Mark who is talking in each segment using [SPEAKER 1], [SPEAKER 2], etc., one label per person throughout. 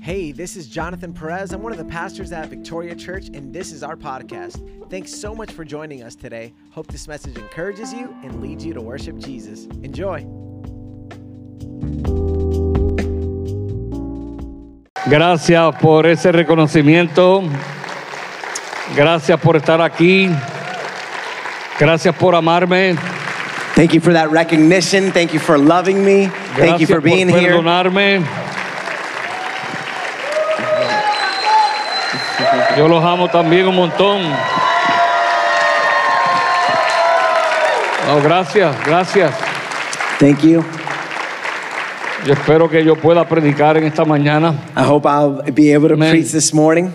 [SPEAKER 1] Hey, this is Jonathan Perez. I'm one of the pastors at Victoria Church, and this is our podcast. Thanks so much for joining us today. Hope this message encourages you and leads you to worship Jesus. Enjoy.
[SPEAKER 2] Gracias por ese reconocimiento. Gracias por estar aquí. Gracias por amarme.
[SPEAKER 3] Thank you for that recognition. Thank you for loving me. Thank you
[SPEAKER 2] Gracias
[SPEAKER 3] for
[SPEAKER 2] por
[SPEAKER 3] being here.
[SPEAKER 2] perdonarme. Yo los amo también un montón. No, gracias, gracias.
[SPEAKER 3] Thank you.
[SPEAKER 2] Yo espero que yo pueda predicar en esta mañana.
[SPEAKER 3] I hope I'll be able to
[SPEAKER 2] Amen.
[SPEAKER 3] preach this morning.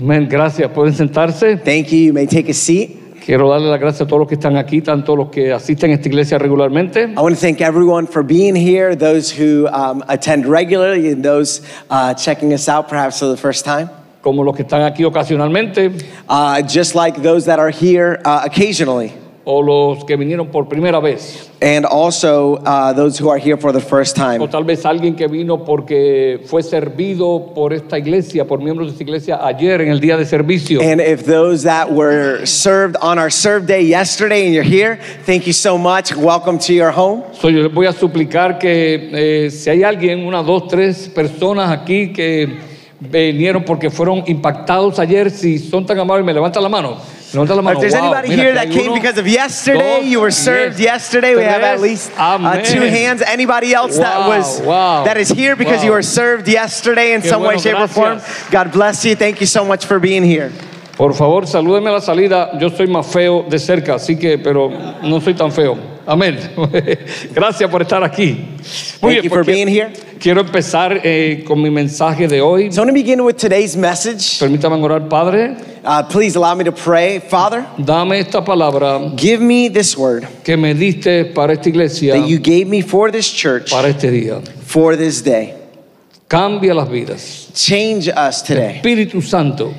[SPEAKER 2] Amén, gracias. Pueden sentarse.
[SPEAKER 3] Thank you. You may take a seat.
[SPEAKER 2] Quiero darle las gracias a todos los que están aquí, tanto los que asisten a esta iglesia regularmente,
[SPEAKER 3] I want to thank everyone for being here, those who um, attend regularly, and those uh, checking us out perhaps for the first time.
[SPEAKER 2] como los que están aquí ocasionalmente,
[SPEAKER 3] Uh, just like those that are here uh, occasionally,
[SPEAKER 2] o los que vinieron por primera vez,
[SPEAKER 3] and also uh, those who are here for the first
[SPEAKER 2] o
[SPEAKER 3] time.
[SPEAKER 2] tal vez alguien que vino porque fue servido por esta iglesia, por miembros de esta iglesia ayer en el día de servicio.
[SPEAKER 3] And if those that were served on our serve day yesterday and you're here, thank you so much. Welcome to your home.
[SPEAKER 2] So, yo les voy a suplicar que eh, si hay alguien, una, dos, tres personas aquí que vinieron porque fueron impactados ayer, si son tan amables, me levantan la mano. Levanta la
[SPEAKER 3] Or
[SPEAKER 2] mano.
[SPEAKER 3] If there's
[SPEAKER 2] Wow,
[SPEAKER 3] anybody
[SPEAKER 2] mira,
[SPEAKER 3] here
[SPEAKER 2] que hay
[SPEAKER 3] that came
[SPEAKER 2] uno,
[SPEAKER 3] because of yesterday,
[SPEAKER 2] dos,
[SPEAKER 3] you were served
[SPEAKER 2] tres,
[SPEAKER 3] yesterday. We have at
[SPEAKER 2] tres.
[SPEAKER 3] least uh,
[SPEAKER 2] Amén.
[SPEAKER 3] two hands. Anybody else that
[SPEAKER 2] Wow,
[SPEAKER 3] was
[SPEAKER 2] wow,
[SPEAKER 3] that is here because
[SPEAKER 2] wow.
[SPEAKER 3] you were served yesterday in
[SPEAKER 2] Qué
[SPEAKER 3] some way,
[SPEAKER 2] bueno,
[SPEAKER 3] shape, or form?
[SPEAKER 2] gracias.
[SPEAKER 3] God bless you. Thank you so much for being here.
[SPEAKER 2] Por favor, salúdeme a la salida. Yo soy más feo de cerca, así que, pero no soy tan feo. Amén. Gracias por estar aquí. Muy
[SPEAKER 3] Thank you
[SPEAKER 2] bien,
[SPEAKER 3] for
[SPEAKER 2] pues,
[SPEAKER 3] being here.
[SPEAKER 2] quiero empezar eh, con mi mensaje de hoy.
[SPEAKER 3] So I'm going to begin with today's message.
[SPEAKER 2] Permítanme orar, Padre.
[SPEAKER 3] Uh, please allow me to pray, Father.
[SPEAKER 2] Dame esta palabra
[SPEAKER 3] Give me this word
[SPEAKER 2] que me diste para esta iglesia,
[SPEAKER 3] that you gave me for this church,
[SPEAKER 2] para este día.
[SPEAKER 3] for this day.
[SPEAKER 2] Cambia las vidas.
[SPEAKER 3] Change us today.
[SPEAKER 2] Espíritu Santo,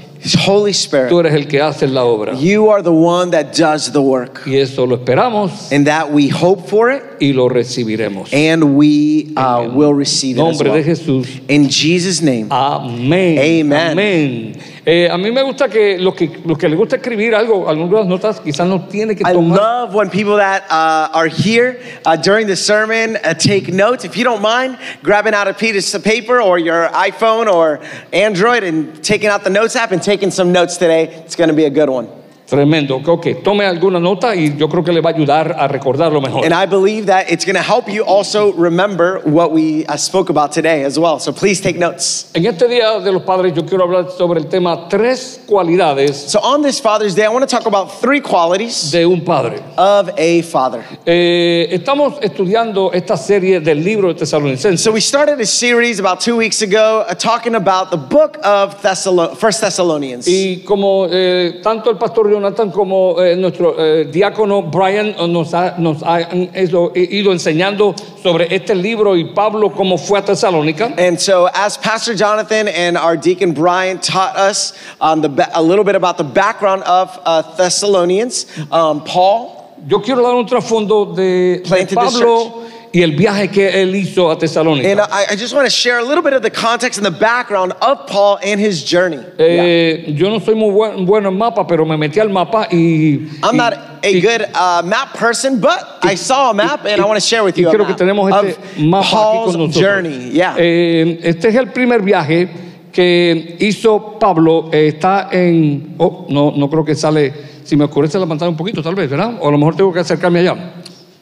[SPEAKER 3] Holy
[SPEAKER 2] tú
[SPEAKER 3] Spirit,
[SPEAKER 2] eres el que hace la obra.
[SPEAKER 3] you are the one that does the work,
[SPEAKER 2] Y eso lo esperamos
[SPEAKER 3] and that we hope for it.
[SPEAKER 2] y lo recibiremos. En
[SPEAKER 3] and we uh, will receive it as
[SPEAKER 2] nombre de
[SPEAKER 3] well.
[SPEAKER 2] Jesús.
[SPEAKER 3] In Jesus' name.
[SPEAKER 2] Amén.
[SPEAKER 3] Amen.
[SPEAKER 2] Amén. Eh, a mí me gusta que los que los que les gusta escribir algo, algunas notas quizás no tiene que
[SPEAKER 3] I
[SPEAKER 2] tomar.
[SPEAKER 3] love when people that uh, are here uh, during the sermon uh, take notes. If you don't mind grabbing out a piece of paper or your iPhone or Android and taking out the notes app and taking some notes today, it's going to be a good one.
[SPEAKER 2] Tremendo. Ok, tome alguna nota y yo creo que le va a ayudar a recordarlo mejor.
[SPEAKER 3] And I believe that it's going to help you also remember what we uh, spoke about today as well. So please take notes.
[SPEAKER 2] En este día de los padres yo quiero hablar sobre el tema tres cualidades
[SPEAKER 3] So on this Father's Day, I want to talk about three qualities
[SPEAKER 2] de un padre.
[SPEAKER 3] of a father.
[SPEAKER 2] Eh, estamos estudiando esta serie del libro de Tesalonicenses
[SPEAKER 3] So we started a series about two weeks ago uh, talking about the book of Thessalonians, First Thessalonians.
[SPEAKER 2] y como eh, tanto el pastor Jonathan como eh, nuestro eh, diácono Brian nos ha, nos han eso- ido enseñando sobre este libro y Pablo cómo fue a Tesalónica.
[SPEAKER 3] And so, as Pastor Jonathan and our deacon Brian taught us um, the ba- a little bit about the background of uh, Thessalonians, um, Paul.
[SPEAKER 2] Yo quiero dar un trasfondo de, de
[SPEAKER 3] Planted the
[SPEAKER 2] Pablo y el viaje que él hizo a
[SPEAKER 3] And
[SPEAKER 2] Tesalónica.
[SPEAKER 3] I, I just want to share a little bit of the context and the background of Paul and his journey.
[SPEAKER 2] Eh, Yo no soy muy buen- bueno en mapa, pero me metí al mapa y,
[SPEAKER 3] I'm
[SPEAKER 2] y-
[SPEAKER 3] not
[SPEAKER 2] y-
[SPEAKER 3] a good uh, map person, but I saw a map and I want to share with
[SPEAKER 2] y
[SPEAKER 3] you a
[SPEAKER 2] creo que
[SPEAKER 3] map
[SPEAKER 2] tenemos
[SPEAKER 3] of
[SPEAKER 2] este mapa aquí con
[SPEAKER 3] Paul's
[SPEAKER 2] nosotros.
[SPEAKER 3] journey. Yeah.
[SPEAKER 2] Eh, este es el primer viaje que hizo Pablo. Eh, está en. oh, no, no creo que sale. Si me oscurece la pantalla un poquito, tal vez, ¿verdad? O a lo mejor tengo que acercarme allá.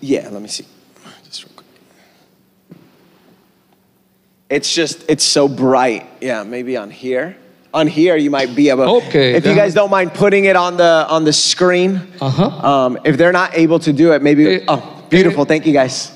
[SPEAKER 3] Yeah, let me see. Just real quick. It's just, it's so bright. Yeah, maybe on here. On here, you might be able.
[SPEAKER 2] Okay,
[SPEAKER 3] If you
[SPEAKER 2] yeah.
[SPEAKER 3] guys don't mind putting it on the on the screen.
[SPEAKER 2] Ajá.
[SPEAKER 3] Um, if they're not able to do it, maybe.
[SPEAKER 2] Uh-huh. Eh,
[SPEAKER 3] oh, beautiful.
[SPEAKER 2] eh.
[SPEAKER 3] Thank you, guys.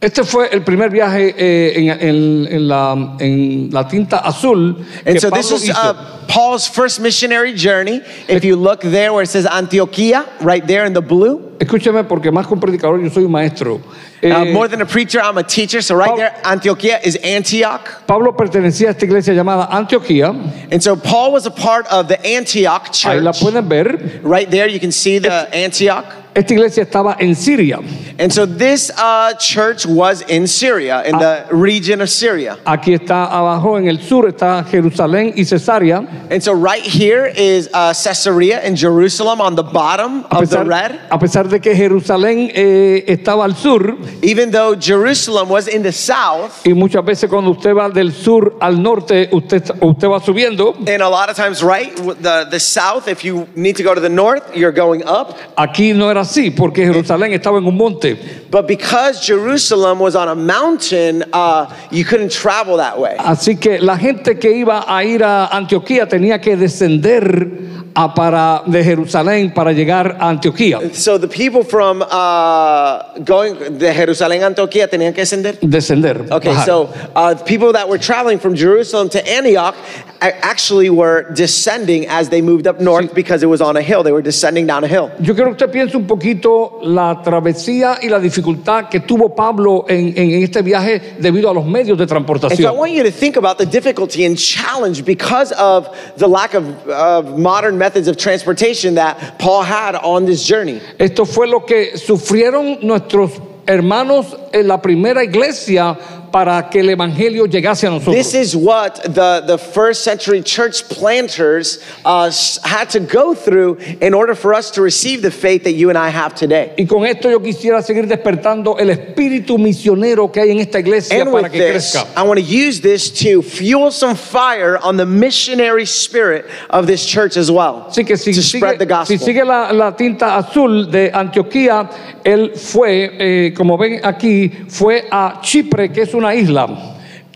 [SPEAKER 2] Este fue el primer viaje eh, en, en- en la, en la tinta azul. Que
[SPEAKER 3] And so
[SPEAKER 2] Pablo
[SPEAKER 3] this is
[SPEAKER 2] hizo.
[SPEAKER 3] uh, Paul's first missionary journey. If you look there where it says Antioquia, right there in the blue.
[SPEAKER 2] Escúchame, porque más que un predicador, yo soy un maestro.
[SPEAKER 3] Uh,
[SPEAKER 2] Eh,
[SPEAKER 3] more than a preacher, I'm a teacher. So right
[SPEAKER 2] Paul-
[SPEAKER 3] there, Antioquia is Antioch.
[SPEAKER 2] Pablo pertenecía a esta iglesia llamada Antioquía.
[SPEAKER 3] And so Paul was a part of the Antioch church.
[SPEAKER 2] Ahí la pueden ver.
[SPEAKER 3] Right there, you can see the Antioch.
[SPEAKER 2] Esta iglesia estaba en Siria.
[SPEAKER 3] And so this uh, church was in Syria, in the region of Syria.
[SPEAKER 2] Aquí está abajo, en el sur está Jerusalén y Cesarea.
[SPEAKER 3] And so right here is uh, Caesarea in Jerusalem on the bottom
[SPEAKER 2] A
[SPEAKER 3] of the
[SPEAKER 2] pesar,
[SPEAKER 3] red.
[SPEAKER 2] a pesar de que Jerusalén eh, estaba al sur,
[SPEAKER 3] Even though Jerusalem was in the south,
[SPEAKER 2] y muchas veces cuando usted va del sur al norte, usted, usted va subiendo,
[SPEAKER 3] and a lot of times, right, w- the, the south, if you need to go to the north, you're going up.
[SPEAKER 2] aquí no era así, porque Jerusalén estaba en un monte.
[SPEAKER 3] But because Jerusalem was on a mountain, uh, you couldn't travel that way.
[SPEAKER 2] Así que la gente que iba a ir a Antioquía tenía que descender a para, de Jerusalén para llegar a Antioquía.
[SPEAKER 3] So the people from uh, going de Jerusalén a Antioquia tenían que ascender.
[SPEAKER 2] Descender.
[SPEAKER 3] Okay,
[SPEAKER 2] bajar.
[SPEAKER 3] so uh, people that were traveling from Jerusalem to Antioch a- actually were descending as they moved up north because it was on a hill. They were descending down a hill.
[SPEAKER 2] Yo quiero que usted piense un poquito la travesía y la dificultad que tuvo Pablo en, en este viaje debido a los medios de
[SPEAKER 3] And so I
[SPEAKER 2] transportación.
[SPEAKER 3] want you to think about the difficulty and challenge because of the lack of, of modern methods of transportation that Paul had on this journey.
[SPEAKER 2] Esto fue lo que sufrieron nuestros hermanos en la primera iglesia para que el Evangelio llegase a
[SPEAKER 3] This
[SPEAKER 2] nosotros.
[SPEAKER 3] is what the, the first century church planters uh, s- had to go through in order for us to receive the faith that you and I have today.
[SPEAKER 2] Y con esto yo quisiera seguir despertando el espíritu misionero que hay en esta iglesia
[SPEAKER 3] And
[SPEAKER 2] para
[SPEAKER 3] with
[SPEAKER 2] que
[SPEAKER 3] this,
[SPEAKER 2] crezca.
[SPEAKER 3] I want to use this to fuel some fire on the missionary spirit of this church as well.
[SPEAKER 2] Así que si
[SPEAKER 3] to
[SPEAKER 2] sigue,
[SPEAKER 3] spread the gospel.
[SPEAKER 2] si sigue la, la tinta azul de Antioquía, él fue, eh, como ven aquí, fue a Chipre, que es una isla.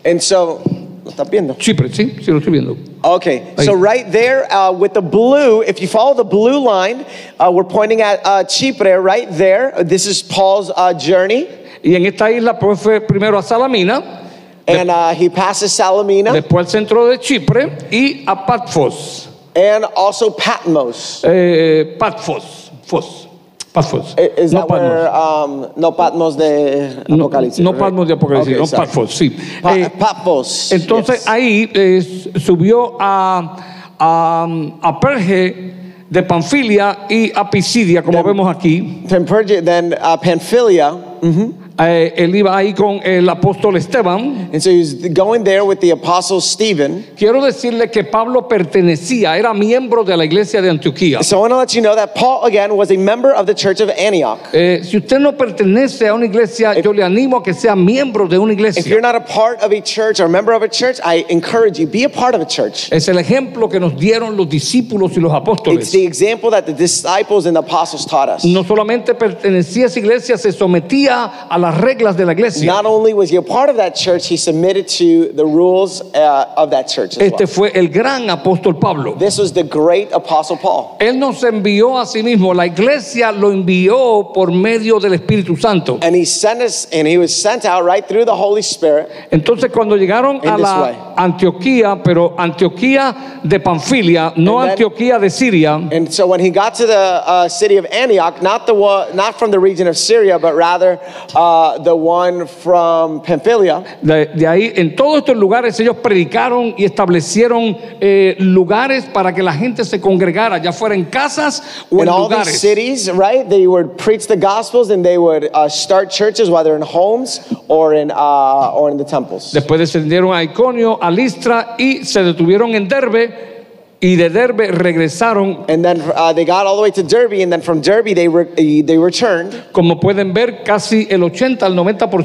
[SPEAKER 3] And so, ¿lo estás viendo?
[SPEAKER 2] Chipre, ¿sí? Sí, lo estoy viendo.
[SPEAKER 3] Okay,
[SPEAKER 2] Ahí.
[SPEAKER 3] so right there uh, with the blue, if you follow the blue line, uh, we're pointing at uh, Chipre right there. This is Paul's uh, journey.
[SPEAKER 2] Y en esta isla pues, fue primero a Salamina,
[SPEAKER 3] And uh, he passes Salamina
[SPEAKER 2] después al centro de Chipre y a Patfos.
[SPEAKER 3] and also Patmos.
[SPEAKER 2] Eh, Patfos, Fos, Patfos.
[SPEAKER 3] I- Eh, Is
[SPEAKER 2] no
[SPEAKER 3] that where,
[SPEAKER 2] Patmos.
[SPEAKER 3] um, no Patmos de
[SPEAKER 2] No,
[SPEAKER 3] Apocalipsis?
[SPEAKER 2] no
[SPEAKER 3] right?
[SPEAKER 2] Patmos de Apocalipsis,
[SPEAKER 3] Okay,
[SPEAKER 2] no
[SPEAKER 3] sorry.
[SPEAKER 2] Patfos, sí.
[SPEAKER 3] Pa-
[SPEAKER 2] Eh,
[SPEAKER 3] Patmos.
[SPEAKER 2] Entonces
[SPEAKER 3] yes.
[SPEAKER 2] ahí eh, subió a, a, a Perge de Panfilia y a Pisidia, como vemos aquí.
[SPEAKER 3] Then Perge- then uh, Pamphylia.
[SPEAKER 2] Eh, él iba ahí con el apóstol Esteban.
[SPEAKER 3] And so he's going there with the apostle Stephen.
[SPEAKER 2] Quiero decirle que Pablo pertenecía, era miembro de la iglesia de Antioquía.
[SPEAKER 3] So I want to let you know that Paul, again, was a member of the church of Antioch.
[SPEAKER 2] Eh, si usted no pertenece a una iglesia, yo le animo a que sea miembro de una
[SPEAKER 3] If you're
[SPEAKER 2] iglesia.
[SPEAKER 3] not a part of a church or a member of a church, I encourage you, be a part of a church.
[SPEAKER 2] Es el ejemplo que nos dieron los discípulos y los
[SPEAKER 3] It's
[SPEAKER 2] apóstoles.
[SPEAKER 3] the example that the disciples and the apostles taught us.
[SPEAKER 2] No solamente pertenecía a esa iglesia, se sometía a las reglas de la iglesia.
[SPEAKER 3] Not only was he a part of that church, he submitted to the rules uh, of that church as
[SPEAKER 2] Este fue
[SPEAKER 3] well.
[SPEAKER 2] el gran apóstol Pablo.
[SPEAKER 3] This was the great apostle Paul.
[SPEAKER 2] Él nos envió a sí mismo, la iglesia lo envió por medio del Espíritu Santo.
[SPEAKER 3] And he sent us, and he was sent out right through the Holy Spirit.
[SPEAKER 2] Entonces cuando llegaron
[SPEAKER 3] In
[SPEAKER 2] a
[SPEAKER 3] this way.
[SPEAKER 2] la Antioquía, pero Antioquía de Panfilia, no
[SPEAKER 3] And then-
[SPEAKER 2] Antioquía de Siria,
[SPEAKER 3] And so when he got to the uh, city of Antioch, not the one, not from the region of Syria, but rather uh, the one from Pamphylia,
[SPEAKER 2] de, de ahí, en todos estos lugares ellos predicaron y establecieron eh, lugares para que la gente se congregara, ya fuera en casas o
[SPEAKER 3] in
[SPEAKER 2] en
[SPEAKER 3] all these
[SPEAKER 2] lugares.
[SPEAKER 3] cities, right? They would preach the gospels and they would uh, start churches, whether in homes or in uh, or in the temples.
[SPEAKER 2] Después descendieron a Iconio, a Listra y se detuvieron en Derbe y de Derbe regresaron
[SPEAKER 3] And then uh, they got all the way to Derby, and then from Derby they re- they returned.
[SPEAKER 2] Como pueden ver, casi el 80 al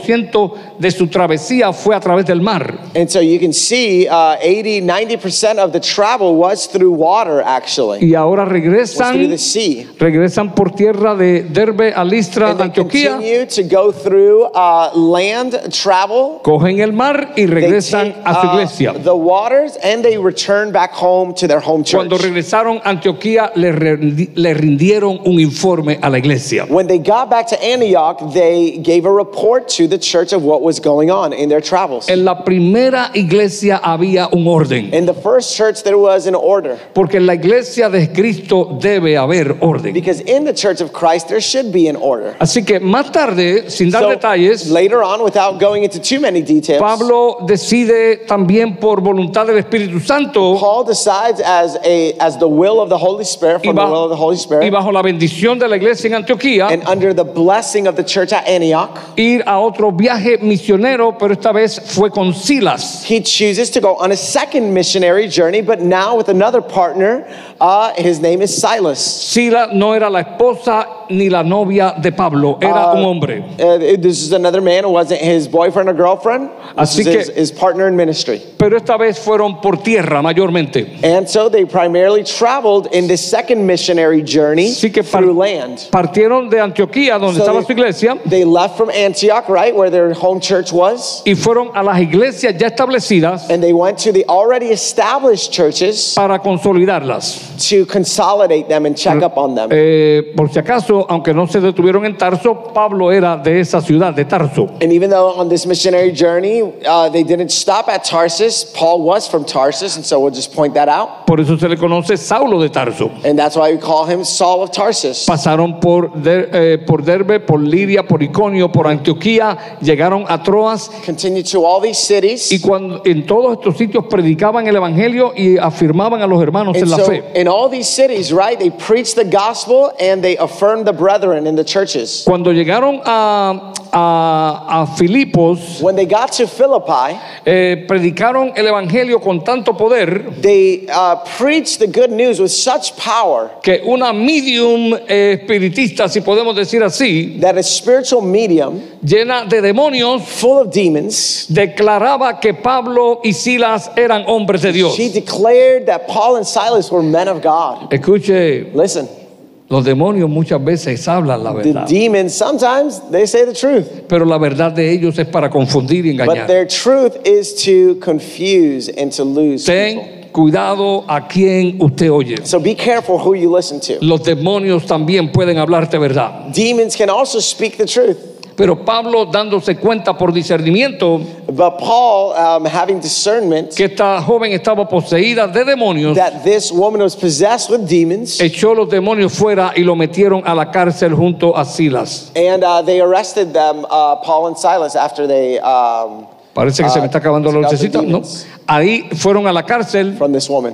[SPEAKER 2] 90% de su travesía fue a través del mar.
[SPEAKER 3] And so you can see uh, 80, 90% of the travel was through water, actually,
[SPEAKER 2] Y ahora
[SPEAKER 3] was through
[SPEAKER 2] regresan,
[SPEAKER 3] the sea.
[SPEAKER 2] regresan por tierra de Derbe a Listra,
[SPEAKER 3] And they
[SPEAKER 2] Antioquía,
[SPEAKER 3] continue to go through uh, land travel.
[SPEAKER 2] cogen el mar y
[SPEAKER 3] They
[SPEAKER 2] regresan
[SPEAKER 3] take,
[SPEAKER 2] a su
[SPEAKER 3] uh,
[SPEAKER 2] iglesia.
[SPEAKER 3] the waters and they return back home to their home church.
[SPEAKER 2] Cuando regresaron a Antioquía, le, rendi- le rindieron un informe a la iglesia.
[SPEAKER 3] When they got back to Antioch, they gave a report to the church of what was going on in their travels.
[SPEAKER 2] En la primera iglesia había un orden,
[SPEAKER 3] in the first church, there was an order.
[SPEAKER 2] porque en la iglesia de Cristo debe haber orden.
[SPEAKER 3] Because in the church of Christ, there should be an order.
[SPEAKER 2] Así que más tarde, sin dar
[SPEAKER 3] So,
[SPEAKER 2] detalles,
[SPEAKER 3] later on, without going into too many details,
[SPEAKER 2] Pablo decide también por voluntad del Espíritu Santo
[SPEAKER 3] Paul decides, uh, as a as the will of the Holy Spirit,
[SPEAKER 2] y
[SPEAKER 3] from the will of the
[SPEAKER 2] bajo,
[SPEAKER 3] Holy
[SPEAKER 2] y
[SPEAKER 3] Spirit,
[SPEAKER 2] bajo la bendición de la iglesia en Antioquía,
[SPEAKER 3] and under the blessing of the church at Antioch,
[SPEAKER 2] ir a otro viaje misionero, pero esta vez fue con Silas.
[SPEAKER 3] he chooses to go on a second missionary journey, but now with another partner. Uh, his name is Silas.
[SPEAKER 2] Silas no era la esposa ni la novia de Pablo, era un hombre.
[SPEAKER 3] Uh, this is another man. It wasn't his boyfriend or girlfriend. This
[SPEAKER 2] Así
[SPEAKER 3] is
[SPEAKER 2] que-
[SPEAKER 3] his, his partner in ministry.
[SPEAKER 2] Pero esta vez fueron por tierra mayormente.
[SPEAKER 3] And so they primarily traveled in this second missionary journey
[SPEAKER 2] Así que par-
[SPEAKER 3] through land.
[SPEAKER 2] partieron de Antioquía, donde
[SPEAKER 3] So
[SPEAKER 2] estaba su iglesia,
[SPEAKER 3] they left from Antioch, right, where their home church was,
[SPEAKER 2] y fueron a las iglesias ya establecidas
[SPEAKER 3] and they went to the already established churches
[SPEAKER 2] para consolidarlas.
[SPEAKER 3] to consolidate them and
[SPEAKER 2] Mm.
[SPEAKER 3] check up on them.
[SPEAKER 2] Eh, por si acaso, aunque no se detuvieron en Tarso, Pablo era de esa ciudad, de Tarso.
[SPEAKER 3] And even though on this missionary journey uh, they didn't stop at Tarsus, Paul was from Tarsus, and so we'll just point that out.
[SPEAKER 2] Por eso se le conoce Saulo de Tarso.
[SPEAKER 3] And that's why we call him Saul of Tarsus.
[SPEAKER 2] Pasaron por, Der- eh, por Derbe, por Lidia, por Iconio, por Antioquía, llegaron a Troas
[SPEAKER 3] Continued to all these cities.
[SPEAKER 2] y cuando en todos estos sitios predicaban el evangelio y afirmaban a los hermanos
[SPEAKER 3] And
[SPEAKER 2] en la
[SPEAKER 3] so,
[SPEAKER 2] fe.
[SPEAKER 3] in all these cities, right, they preached the gospel and they affirmed the brethren in the churches.
[SPEAKER 2] Cuando llegaron a, a, a Filipos,
[SPEAKER 3] When they got to Philippi,
[SPEAKER 2] eh, predicaron el evangelio con tanto poder
[SPEAKER 3] they uh, preached the good news with such power
[SPEAKER 2] que una medium eh, espiritista, si podemos decir así,
[SPEAKER 3] that a spiritual medium
[SPEAKER 2] llena de demonios,
[SPEAKER 3] full of demons,
[SPEAKER 2] declaraba que Pablo y Silas eran hombres de Dios.
[SPEAKER 3] she declared that Paul and Silas were men of God.
[SPEAKER 2] Escuche,
[SPEAKER 3] Listen,
[SPEAKER 2] los demonios muchas veces hablan la
[SPEAKER 3] the
[SPEAKER 2] verdad,
[SPEAKER 3] demons sometimes they say the truth,
[SPEAKER 2] pero la verdad de ellos es para confundir y
[SPEAKER 3] but
[SPEAKER 2] engañar.
[SPEAKER 3] their truth is to confuse and to lose people.
[SPEAKER 2] Ten cuidado a quien usted oye.
[SPEAKER 3] So be careful who you listen to.
[SPEAKER 2] Los demonios también pueden hablarte verdad.
[SPEAKER 3] Demons can also speak the truth.
[SPEAKER 2] Pero Pablo, dándose cuenta por discernimiento
[SPEAKER 3] But Paul, um, having discernment
[SPEAKER 2] que esta joven estaba poseída de demonios,
[SPEAKER 3] that this woman was possessed with demons,
[SPEAKER 2] echó los demonios fuera y lo metieron a la cárcel junto a Silas.
[SPEAKER 3] and uh, they arrested them, uh, Paul and Silas, after they um,
[SPEAKER 2] Parece que se me está acabando la
[SPEAKER 3] Ah,
[SPEAKER 2] lucecita, ¿no?
[SPEAKER 3] demons.
[SPEAKER 2] Ahí fueron a la cárcel,
[SPEAKER 3] from this woman.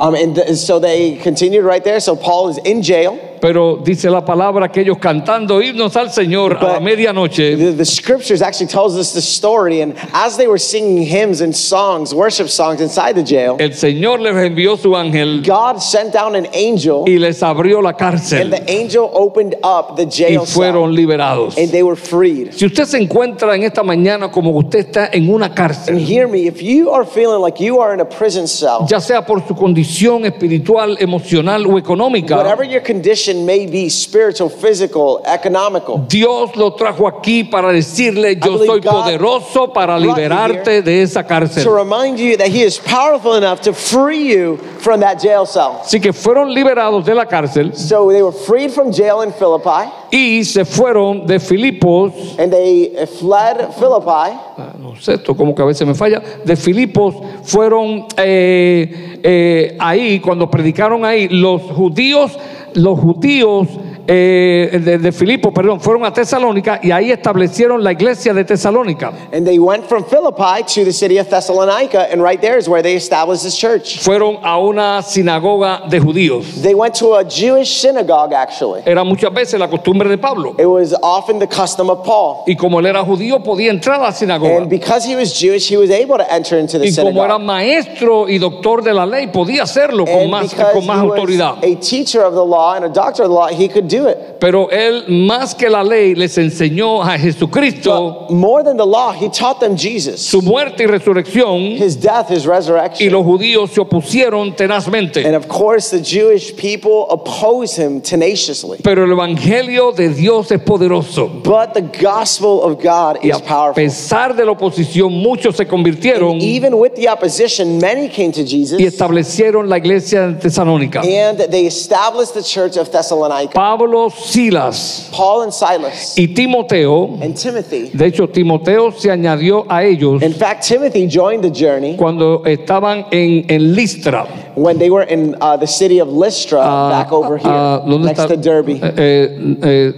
[SPEAKER 3] Um, and th- so they continued right there. So Paul is in jail.
[SPEAKER 2] pero dice la palabra que ellos cantando himnos al Señor a la
[SPEAKER 3] But-
[SPEAKER 2] medianoche,
[SPEAKER 3] The, the scriptures actually tells us the story. And as they were singing hymns and songs, worship songs inside the jail,
[SPEAKER 2] el Señor les envió su ángel
[SPEAKER 3] God sent down an angel,
[SPEAKER 2] y les abrió la
[SPEAKER 3] and
[SPEAKER 2] cárcel
[SPEAKER 3] the angel opened up the
[SPEAKER 2] y
[SPEAKER 3] jail cell,
[SPEAKER 2] fueron liberados.
[SPEAKER 3] and they were freed.
[SPEAKER 2] Si usted se encuentra en esta mañana como usted está en una cárcel,
[SPEAKER 3] And hear me, if you are feeling like you are in a prison cell,
[SPEAKER 2] ya sea por su condición espiritual, emocional o económica,
[SPEAKER 3] Whatever your condition may be, spiritual, physical, economical,
[SPEAKER 2] Dios lo trajo aquí para decirle, yo
[SPEAKER 3] believe
[SPEAKER 2] soy
[SPEAKER 3] God
[SPEAKER 2] poderoso para
[SPEAKER 3] brought you
[SPEAKER 2] liberarte
[SPEAKER 3] here
[SPEAKER 2] de esa
[SPEAKER 3] to
[SPEAKER 2] cárcel.
[SPEAKER 3] remind you that He is powerful enough to free you from that jail cell.
[SPEAKER 2] Así que fueron liberados de la cárcel
[SPEAKER 3] So they were freed from jail in Philippi,
[SPEAKER 2] y se fueron de Filipos,
[SPEAKER 3] and they fled Philippi,
[SPEAKER 2] ah, no sé, esto como que a veces me falla, de Filipos fueron eh, eh, ahí, cuando predicaron ahí, los judíos, los judíos eh, de, de Filipos, perdón, fueron a Tesalónica y ahí establecieron la iglesia de Tesalónica.
[SPEAKER 3] and they went from Philippi to the city of Thessalonica, and right there is where they established this church.
[SPEAKER 2] fueron a una sinagoga de judíos.
[SPEAKER 3] They went to a Jewish synagogue, actually.
[SPEAKER 2] Era muchas veces la costumbre de Pablo.
[SPEAKER 3] It was often the custom of Paul.
[SPEAKER 2] Y como él era judío, podía entrar a la sinagoga.
[SPEAKER 3] And because he was Jewish, he was able to enter into the
[SPEAKER 2] Y como era
[SPEAKER 3] synagogue.
[SPEAKER 2] maestro y doctor de la ley, podía hacerlo con
[SPEAKER 3] And
[SPEAKER 2] más,
[SPEAKER 3] because
[SPEAKER 2] con más
[SPEAKER 3] he was
[SPEAKER 2] autoridad.
[SPEAKER 3] a teacher of the law and a doctor of the law, he could do it.
[SPEAKER 2] Pero él, más que la ley, les enseñó a Jesucristo,
[SPEAKER 3] But more than the law, he taught them Jesus,
[SPEAKER 2] Oh. su muerte y resurrección.
[SPEAKER 3] his death, his
[SPEAKER 2] Y
[SPEAKER 3] resurrection.
[SPEAKER 2] los judíos se opusieron tenazmente.
[SPEAKER 3] And of course, the Jewish people opposed him tenaciously.
[SPEAKER 2] Pero el evangelio de Dios es poderoso.
[SPEAKER 3] But the gospel of God
[SPEAKER 2] Y
[SPEAKER 3] is
[SPEAKER 2] a
[SPEAKER 3] powerful.
[SPEAKER 2] pesar de la oposición, muchos se convirtieron y
[SPEAKER 3] Even with the opposition, many came to Jesus
[SPEAKER 2] establecieron la iglesia de Tesalónica.
[SPEAKER 3] and they established the church of Thessalonica.
[SPEAKER 2] Pablo, Silas
[SPEAKER 3] Paul and Silas
[SPEAKER 2] y Timoteo,
[SPEAKER 3] and Timothy.
[SPEAKER 2] de hecho Timoteo se añadió a ellos
[SPEAKER 3] In fact, Timothy joined the journey
[SPEAKER 2] cuando estaban en, en Listra.
[SPEAKER 3] when they were in uh, the city of Lystra,
[SPEAKER 2] Ah,
[SPEAKER 3] back over here,
[SPEAKER 2] ah, ¿dónde
[SPEAKER 3] next
[SPEAKER 2] está?
[SPEAKER 3] to Derby.
[SPEAKER 2] Eh, eh, eh,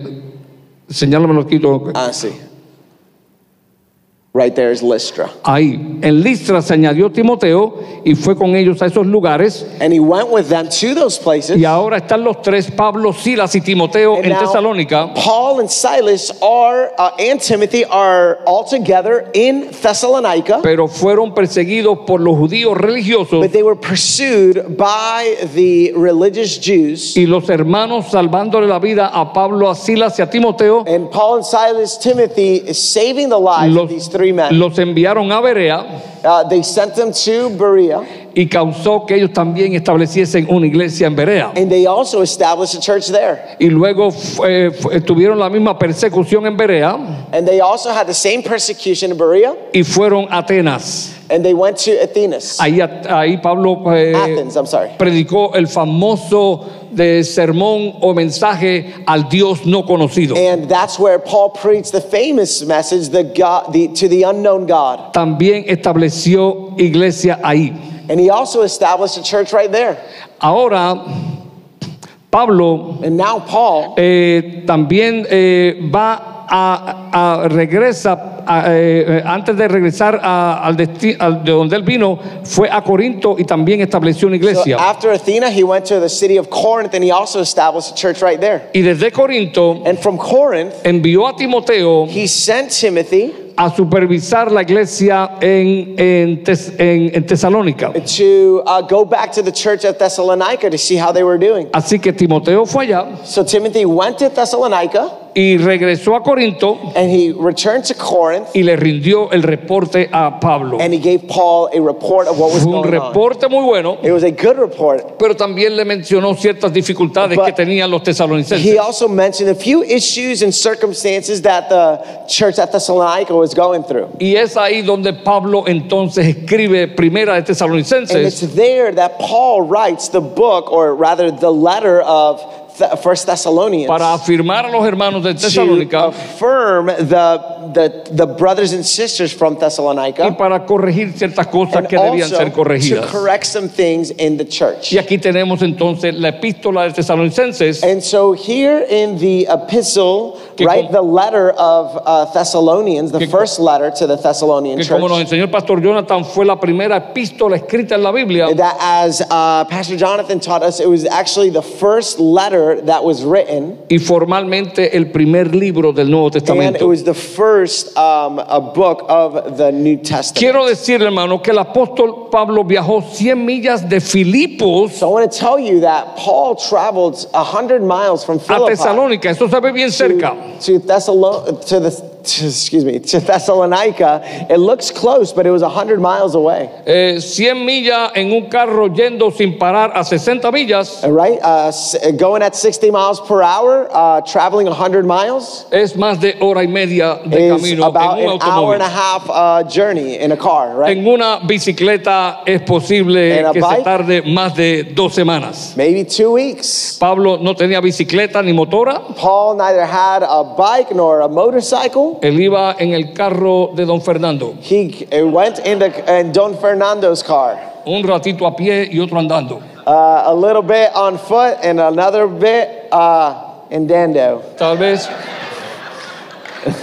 [SPEAKER 2] señálamelo, Quito.
[SPEAKER 3] Ah, sí. Ah, right there is Lystra.
[SPEAKER 2] Ahí, en Listra se añadió Timoteo y fue con ellos a esos lugares.
[SPEAKER 3] And he went with them to those places.
[SPEAKER 2] Y ahora están los tres, Pablo, Silas y Timoteo
[SPEAKER 3] And
[SPEAKER 2] en
[SPEAKER 3] now
[SPEAKER 2] Tesalónica.
[SPEAKER 3] Paul and Silas are uh, and Timothy are all together in Thessalonica,
[SPEAKER 2] Pero fueron perseguidos por los judíos religiosos
[SPEAKER 3] but they were pursued by the religious Jews.
[SPEAKER 2] y los hermanos salvándole la vida a Pablo, a Silas y a Timoteo.
[SPEAKER 3] And Paul and Silas, Timothy is saving the lives of
[SPEAKER 2] Los,
[SPEAKER 3] these three men.
[SPEAKER 2] los enviaron a Berea
[SPEAKER 3] Uh, they sent them to Berea,
[SPEAKER 2] y causó que ellos también estableciesen una iglesia en Berea.
[SPEAKER 3] and they also established a church there.
[SPEAKER 2] Y luego eh, fu- tuvieron la misma persecución en Berea
[SPEAKER 3] And they also had the same persecution in Berea,
[SPEAKER 2] y fueron a Atenas.
[SPEAKER 3] and they went to Athenas.
[SPEAKER 2] Ahí, at- ahí Pablo eh,
[SPEAKER 3] Athens, I'm sorry.
[SPEAKER 2] predicó el famoso de sermón o mensaje al Dios no conocido.
[SPEAKER 3] And that's where Paul preached the famous message the God, the, to the unknown God.
[SPEAKER 2] También estableció iglesia ahí.
[SPEAKER 3] And he also established a church right there.
[SPEAKER 2] Ahora, Pablo
[SPEAKER 3] And now Paul,
[SPEAKER 2] eh, también eh, va a, a- regresa, a- eh, eh, antes de regresar a- al desti- al- de donde él vino, fue a Corinto y también estableció una
[SPEAKER 3] so ah.
[SPEAKER 2] iglesia.
[SPEAKER 3] after Athena, he went to the city of Corinth and he also established a church right there.
[SPEAKER 2] Y desde Corinto
[SPEAKER 3] And from Corinth,
[SPEAKER 2] envió a Timoteo
[SPEAKER 3] he sent Timothy
[SPEAKER 2] a supervisar la iglesia en, en Tes- en- en Tesalónica.
[SPEAKER 3] to uh, go back to the church at Thessalonica to see how they were doing.
[SPEAKER 2] Así que Timoteo fue allá
[SPEAKER 3] So Timothy went to Thessalonica
[SPEAKER 2] y regresó a Corinto
[SPEAKER 3] and he returned to Corinth
[SPEAKER 2] y le rindió el reporte a Pablo.
[SPEAKER 3] and he gave Paul a report of what was
[SPEAKER 2] Fue un
[SPEAKER 3] going on.
[SPEAKER 2] reporte muy bueno,
[SPEAKER 3] It was a good report.
[SPEAKER 2] pero también le mencionó ciertas dificultades
[SPEAKER 3] But-
[SPEAKER 2] que tenían los
[SPEAKER 3] He
[SPEAKER 2] tesalonicenses.
[SPEAKER 3] also mentioned a few issues and circumstances that the church at Thessalonica was going through.
[SPEAKER 2] Y es ahí donde Pablo entonces escribe primera de
[SPEAKER 3] And it's
[SPEAKER 2] tesalonicenses
[SPEAKER 3] there that Paul writes the book, or rather the letter of Th- First Thessalonians,
[SPEAKER 2] para afirmar a los hermanos de
[SPEAKER 3] to
[SPEAKER 2] Tesalónica
[SPEAKER 3] affirm the, the, the brothers and sisters from
[SPEAKER 2] y
[SPEAKER 3] Thessalonica,
[SPEAKER 2] para corregir ciertas cosas
[SPEAKER 3] and
[SPEAKER 2] que debían
[SPEAKER 3] also
[SPEAKER 2] ser
[SPEAKER 3] to
[SPEAKER 2] corregidas.
[SPEAKER 3] correct some things in the church.
[SPEAKER 2] Y aquí tenemos entonces la epístola de Tesalonicenses
[SPEAKER 3] And so here in the epistle,
[SPEAKER 2] Que
[SPEAKER 3] right,
[SPEAKER 2] com-
[SPEAKER 3] the letter of uh, Thessalonians, the
[SPEAKER 2] Que com-
[SPEAKER 3] first letter to the Thessalonian
[SPEAKER 2] que
[SPEAKER 3] church.
[SPEAKER 2] como nos enseñó el pastor Jonathan fue la primera epístola escrita en la Biblia
[SPEAKER 3] that as uh, Pastor Jonathan taught us, it was actually the first letter that was written,
[SPEAKER 2] y formalmente el primer libro del Nuevo
[SPEAKER 3] and it
[SPEAKER 2] Testamento.
[SPEAKER 3] was the first um, a book of the New Testament.
[SPEAKER 2] Quiero decir, hermano, que el apóstol Pablo viajó 100 millas de Filipos
[SPEAKER 3] So I want to tell you that Paul traveled 100 miles from
[SPEAKER 2] a
[SPEAKER 3] Philippi
[SPEAKER 2] Tesalónica, eso se ve bien cerca.
[SPEAKER 3] to, to, Thessalon- to, the, to, excuse me, to Thessalonica. It looks close, but it was 100 miles away,
[SPEAKER 2] Eh, 100 millas en un carro yendo sin parar a 60 millas
[SPEAKER 3] All right? Uh, s- going at 60 miles per hour, uh, traveling 100 miles.
[SPEAKER 2] es más de hora y media de
[SPEAKER 3] Is
[SPEAKER 2] camino
[SPEAKER 3] about
[SPEAKER 2] en un
[SPEAKER 3] an hour
[SPEAKER 2] automóvil.
[SPEAKER 3] and a half uh, journey in a car, right?
[SPEAKER 2] En una bicicleta es posible
[SPEAKER 3] En la
[SPEAKER 2] que se
[SPEAKER 3] bike.
[SPEAKER 2] tarde más de dos semanas.
[SPEAKER 3] Maybe two weeks.
[SPEAKER 2] Pablo no tenía bicicleta ni motora.
[SPEAKER 3] Paul neither had a bike nor a motorcycle.
[SPEAKER 2] Él iba en el carro de don Fernando,
[SPEAKER 3] He uh, went in, the, in Don Fernando's car.
[SPEAKER 2] un ratito a pie y otro andando.
[SPEAKER 3] Uh, a little bit on foot and another bit uh, in Dando.
[SPEAKER 2] Tal vez,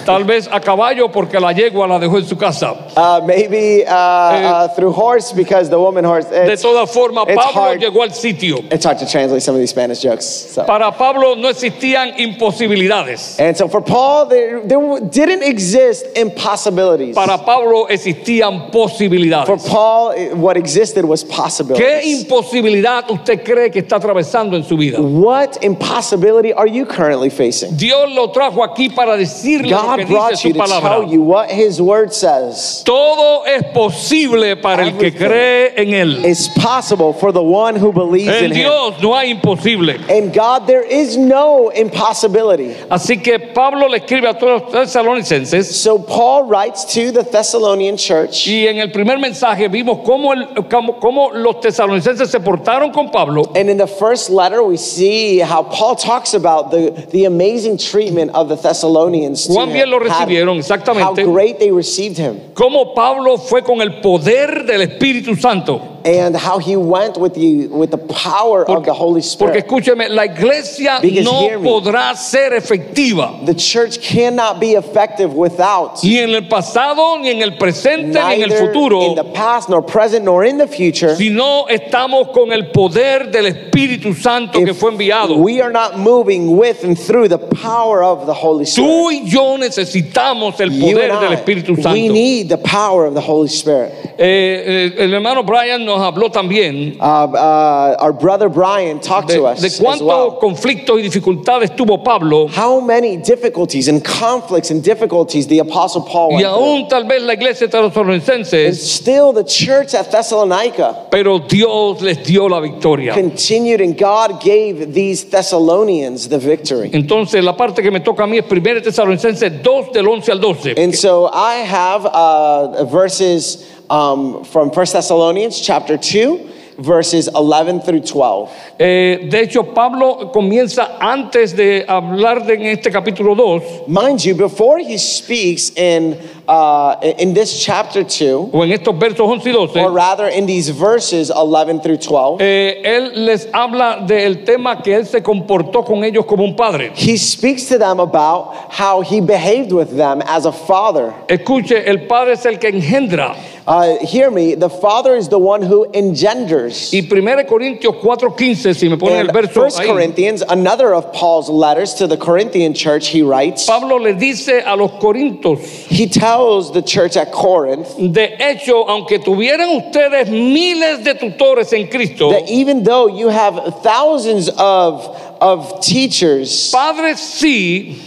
[SPEAKER 2] tal vez a caballo porque la yegua la dejó en su casa.
[SPEAKER 3] Uh, maybe uh, uh, through horse because the woman horse.
[SPEAKER 2] De
[SPEAKER 3] It's,
[SPEAKER 2] todas formas,
[SPEAKER 3] it's
[SPEAKER 2] Pablo
[SPEAKER 3] hard.
[SPEAKER 2] llegó al sitio.
[SPEAKER 3] it's hard to translate some of these Spanish jokes. So.
[SPEAKER 2] Para Pablo no existían imposibilidades.
[SPEAKER 3] And so for Paul, there, there didn't exist impossibilities.
[SPEAKER 2] Para Pablo existían
[SPEAKER 3] For
[SPEAKER 2] posibilidades.
[SPEAKER 3] Paul, it- what existed was
[SPEAKER 2] ¿Qué
[SPEAKER 3] possibilities.
[SPEAKER 2] imposibilidad usted cree que está atravesando en su vida?
[SPEAKER 3] What impossibility are you currently facing?
[SPEAKER 2] Dios lo trajo aquí para decirle lo que
[SPEAKER 3] God
[SPEAKER 2] dice
[SPEAKER 3] brought you
[SPEAKER 2] su
[SPEAKER 3] to
[SPEAKER 2] palabra.
[SPEAKER 3] tell you what His Word says.
[SPEAKER 2] Todo es posible para el que
[SPEAKER 3] Everything.
[SPEAKER 2] cree en él.
[SPEAKER 3] It's possible for the one who believes
[SPEAKER 2] En
[SPEAKER 3] in Him.
[SPEAKER 2] Dios no hay imposible.
[SPEAKER 3] And God, there is no impossibility.
[SPEAKER 2] Así que Pablo le escribe a todos los tesalonicenses
[SPEAKER 3] So Paul writes to the Thessalonian church,
[SPEAKER 2] y en el primer mensaje vimos cómo, el- cómo- cómo los tesalonicenses se portaron con Pablo
[SPEAKER 3] and in the first letter, we see how Paul talks about the, the amazing treatment of the Thessalonians. to
[SPEAKER 2] Cuán bien
[SPEAKER 3] him,
[SPEAKER 2] lo
[SPEAKER 3] had-
[SPEAKER 2] recibieron, exactamente.
[SPEAKER 3] How great they received him.
[SPEAKER 2] cómo Pablo fue con el poder del Espíritu Santo
[SPEAKER 3] and how he went with the with the power of the Holy
[SPEAKER 2] Porque
[SPEAKER 3] Spirit.
[SPEAKER 2] escúcheme, la iglesia
[SPEAKER 3] Because hear
[SPEAKER 2] no
[SPEAKER 3] me.
[SPEAKER 2] podrá ser efectiva
[SPEAKER 3] The church cannot be effective without
[SPEAKER 2] ni en el pasado, ni en el presente, ni en el
[SPEAKER 3] neither in the
[SPEAKER 2] futuro,
[SPEAKER 3] past nor present nor in the future.
[SPEAKER 2] si no estamos con el poder del Espíritu Santo que
[SPEAKER 3] if
[SPEAKER 2] fue enviado.
[SPEAKER 3] We are not moving with and through the power of the Holy Spirit.
[SPEAKER 2] Tú y yo necesitamos el
[SPEAKER 3] You
[SPEAKER 2] poder
[SPEAKER 3] and
[SPEAKER 2] del
[SPEAKER 3] I,
[SPEAKER 2] Espíritu
[SPEAKER 3] we
[SPEAKER 2] Santo.
[SPEAKER 3] need the power of the Holy Spirit.
[SPEAKER 2] Eh, eh, el hermano Brian nos habló también
[SPEAKER 3] Uh, uh, our brother Brian talked
[SPEAKER 2] de,
[SPEAKER 3] to us
[SPEAKER 2] de
[SPEAKER 3] as
[SPEAKER 2] cuántos
[SPEAKER 3] well.
[SPEAKER 2] conflictos y dificultades tuvo Pablo
[SPEAKER 3] How many difficulties and conflicts and difficulties the Apostle Paul
[SPEAKER 2] y
[SPEAKER 3] went through.
[SPEAKER 2] aún tal vez la iglesia
[SPEAKER 3] And
[SPEAKER 2] tesalonicense,
[SPEAKER 3] still, the church at Thessalonica
[SPEAKER 2] pero Dios les dio la victoria.
[SPEAKER 3] continued, and God gave these Thessalonians the victory.
[SPEAKER 2] Entonces la parte que me toca a mí es 1 Tesalonicenses 2 del 11 al 12.
[SPEAKER 3] And so, I have uh, verses um, from First Thessalonians chapter 2, verses 11 through 12.
[SPEAKER 2] Eh, de hecho, Pablo comienza antes de hablar de, en este capítulo 2
[SPEAKER 3] Mind you, before he speaks in, uh, in this chapter 2,
[SPEAKER 2] o en estos versos 11 y 12.
[SPEAKER 3] or rather in these verses 11 through 12,
[SPEAKER 2] Eh, él les habla del tema que él se comportó con ellos como un padre.
[SPEAKER 3] he speaks to them about how he behaved with them as a father.
[SPEAKER 2] Escuche, el padre es el que engendra.
[SPEAKER 3] Uh, hear me, the father is the one who engenders.
[SPEAKER 2] Y 1 Corintios 4:15, si me ponen el
[SPEAKER 3] In
[SPEAKER 2] verso
[SPEAKER 3] 1
[SPEAKER 2] ahí,
[SPEAKER 3] Corinthians, another of Paul's letters to the Corinthian church, he writes,
[SPEAKER 2] Pablo le dice a los corintios,
[SPEAKER 3] he tells the church at Corinth
[SPEAKER 2] de hecho, aunque tuvieran ustedes miles de tutores en Cristo,
[SPEAKER 3] that even though you have thousands of, of teachers,
[SPEAKER 2] padres sí,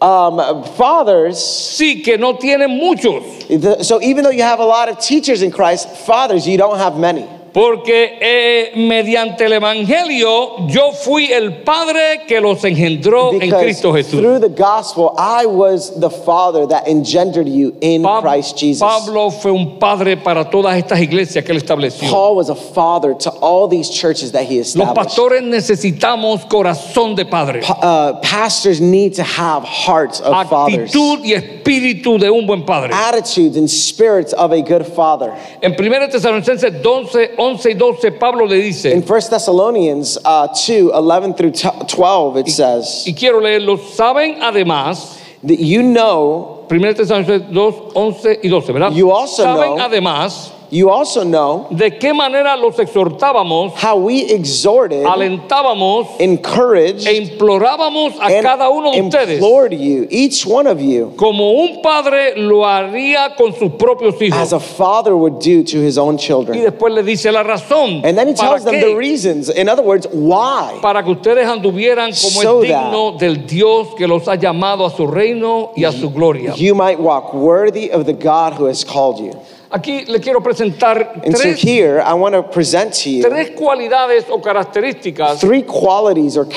[SPEAKER 3] um, fathers,
[SPEAKER 2] sí que no tienen muchos,
[SPEAKER 3] the- so even though you have a lot of teachers in Christ, fathers, you don't have many.
[SPEAKER 2] porque eh, mediante el Evangelio yo fui el padre que los engendró en
[SPEAKER 3] Because
[SPEAKER 2] Cristo Jesús.
[SPEAKER 3] through the gospel, I was the father that engendered you in
[SPEAKER 2] Pab-
[SPEAKER 3] Christ Jesus.
[SPEAKER 2] Pablo fue un padre para todas estas iglesias que él estableció.
[SPEAKER 3] Paul was a father to all these churches that he
[SPEAKER 2] Los
[SPEAKER 3] established.
[SPEAKER 2] pastores necesitamos corazón de padre,
[SPEAKER 3] Pa- uh, pastors need to have hearts of fathers, Ah.
[SPEAKER 2] actitud y espíritu de un buen padre.
[SPEAKER 3] attitudes and spirits of a good father.
[SPEAKER 2] En 1 Tesalonicenses 12, 11 y 12, Pablo le
[SPEAKER 3] In
[SPEAKER 2] dice,
[SPEAKER 3] 1 Thessalonians uh, 2 11 through t- 12, it says,
[SPEAKER 2] y quiero leerlo, saben además,
[SPEAKER 3] that you know,
[SPEAKER 2] 1 Tesalonicenses 2, 11 y 12, ¿verdad?
[SPEAKER 3] You also
[SPEAKER 2] Saben
[SPEAKER 3] know-
[SPEAKER 2] además
[SPEAKER 3] you also know
[SPEAKER 2] de qué manera los exhortábamos,
[SPEAKER 3] how we exhorted,
[SPEAKER 2] alentábamos
[SPEAKER 3] encouraged,
[SPEAKER 2] e implorábamos a
[SPEAKER 3] and
[SPEAKER 2] cada uno de ustedes.
[SPEAKER 3] implored you, each one of you,
[SPEAKER 2] como un padre lo haría con sus propios
[SPEAKER 3] as
[SPEAKER 2] hijos.
[SPEAKER 3] a father would do to his own
[SPEAKER 2] Y
[SPEAKER 3] children.
[SPEAKER 2] después le dice la razón
[SPEAKER 3] And then he
[SPEAKER 2] para
[SPEAKER 3] tells them the
[SPEAKER 2] qué?
[SPEAKER 3] reasons. In other words, why.
[SPEAKER 2] para que ustedes anduvieran como
[SPEAKER 3] So
[SPEAKER 2] es
[SPEAKER 3] that-
[SPEAKER 2] digno del Dios que los ha llamado a su reino y a su gloria.
[SPEAKER 3] you might walk worthy of the God who has called you.
[SPEAKER 2] Aquí le quiero presentar
[SPEAKER 3] And so
[SPEAKER 2] tres,
[SPEAKER 3] here, I want to present to you
[SPEAKER 2] tres cualidades o características
[SPEAKER 3] three qualities or
[SPEAKER 2] que debe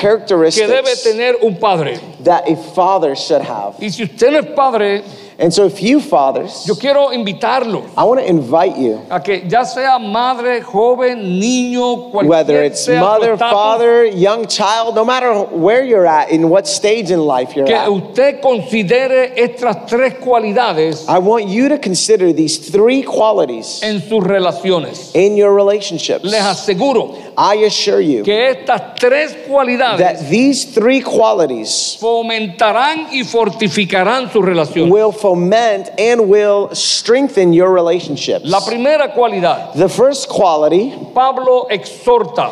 [SPEAKER 3] characteristics
[SPEAKER 2] tener un padre.
[SPEAKER 3] that a father should have.
[SPEAKER 2] Y si usted no es padre,
[SPEAKER 3] And so, if you fathers,
[SPEAKER 2] yo quiero invitarlo
[SPEAKER 3] I want to invite you,
[SPEAKER 2] a que ya sea madre, joven, niño, cualquier
[SPEAKER 3] whether it's
[SPEAKER 2] sea su
[SPEAKER 3] mother,
[SPEAKER 2] estatus,
[SPEAKER 3] father, young child, no matter where you're at, in what stage in life you're
[SPEAKER 2] que
[SPEAKER 3] at,
[SPEAKER 2] usted considere estas tres cualidades
[SPEAKER 3] I want you to consider these three qualities
[SPEAKER 2] en sus relaciones.
[SPEAKER 3] in your relationships.
[SPEAKER 2] Les aseguro
[SPEAKER 3] I assure you
[SPEAKER 2] que estas tres cualidades
[SPEAKER 3] that these three qualities
[SPEAKER 2] fomentarán y fortificarán sus relaciones.
[SPEAKER 3] will foment and will strengthen your relationships.
[SPEAKER 2] La primera cualidad,
[SPEAKER 3] The first quality,
[SPEAKER 2] Pablo exhorta.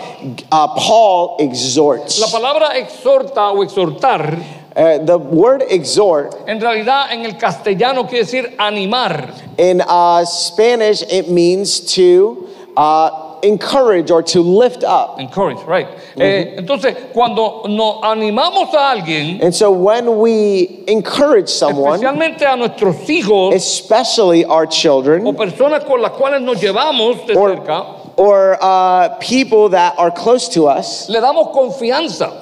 [SPEAKER 3] uh, Paul
[SPEAKER 2] La
[SPEAKER 3] exhorts.
[SPEAKER 2] palabra exhorta o exhortar,
[SPEAKER 3] Uh, the word exhort
[SPEAKER 2] en realidad en el castellano quiere decir animar.
[SPEAKER 3] in uh, Spanish it means to uh, encourage or to lift up.
[SPEAKER 2] Encourage, right. Eh, entonces, cuando nos animamos a alguien,
[SPEAKER 3] And so when we encourage someone,
[SPEAKER 2] especialmente a nuestros hijos,
[SPEAKER 3] especially
[SPEAKER 2] o
[SPEAKER 3] our children
[SPEAKER 2] personas con las cuales nos llevamos de
[SPEAKER 3] or
[SPEAKER 2] cerca,
[SPEAKER 3] or uh, people that are close to us,
[SPEAKER 2] le damos confianza,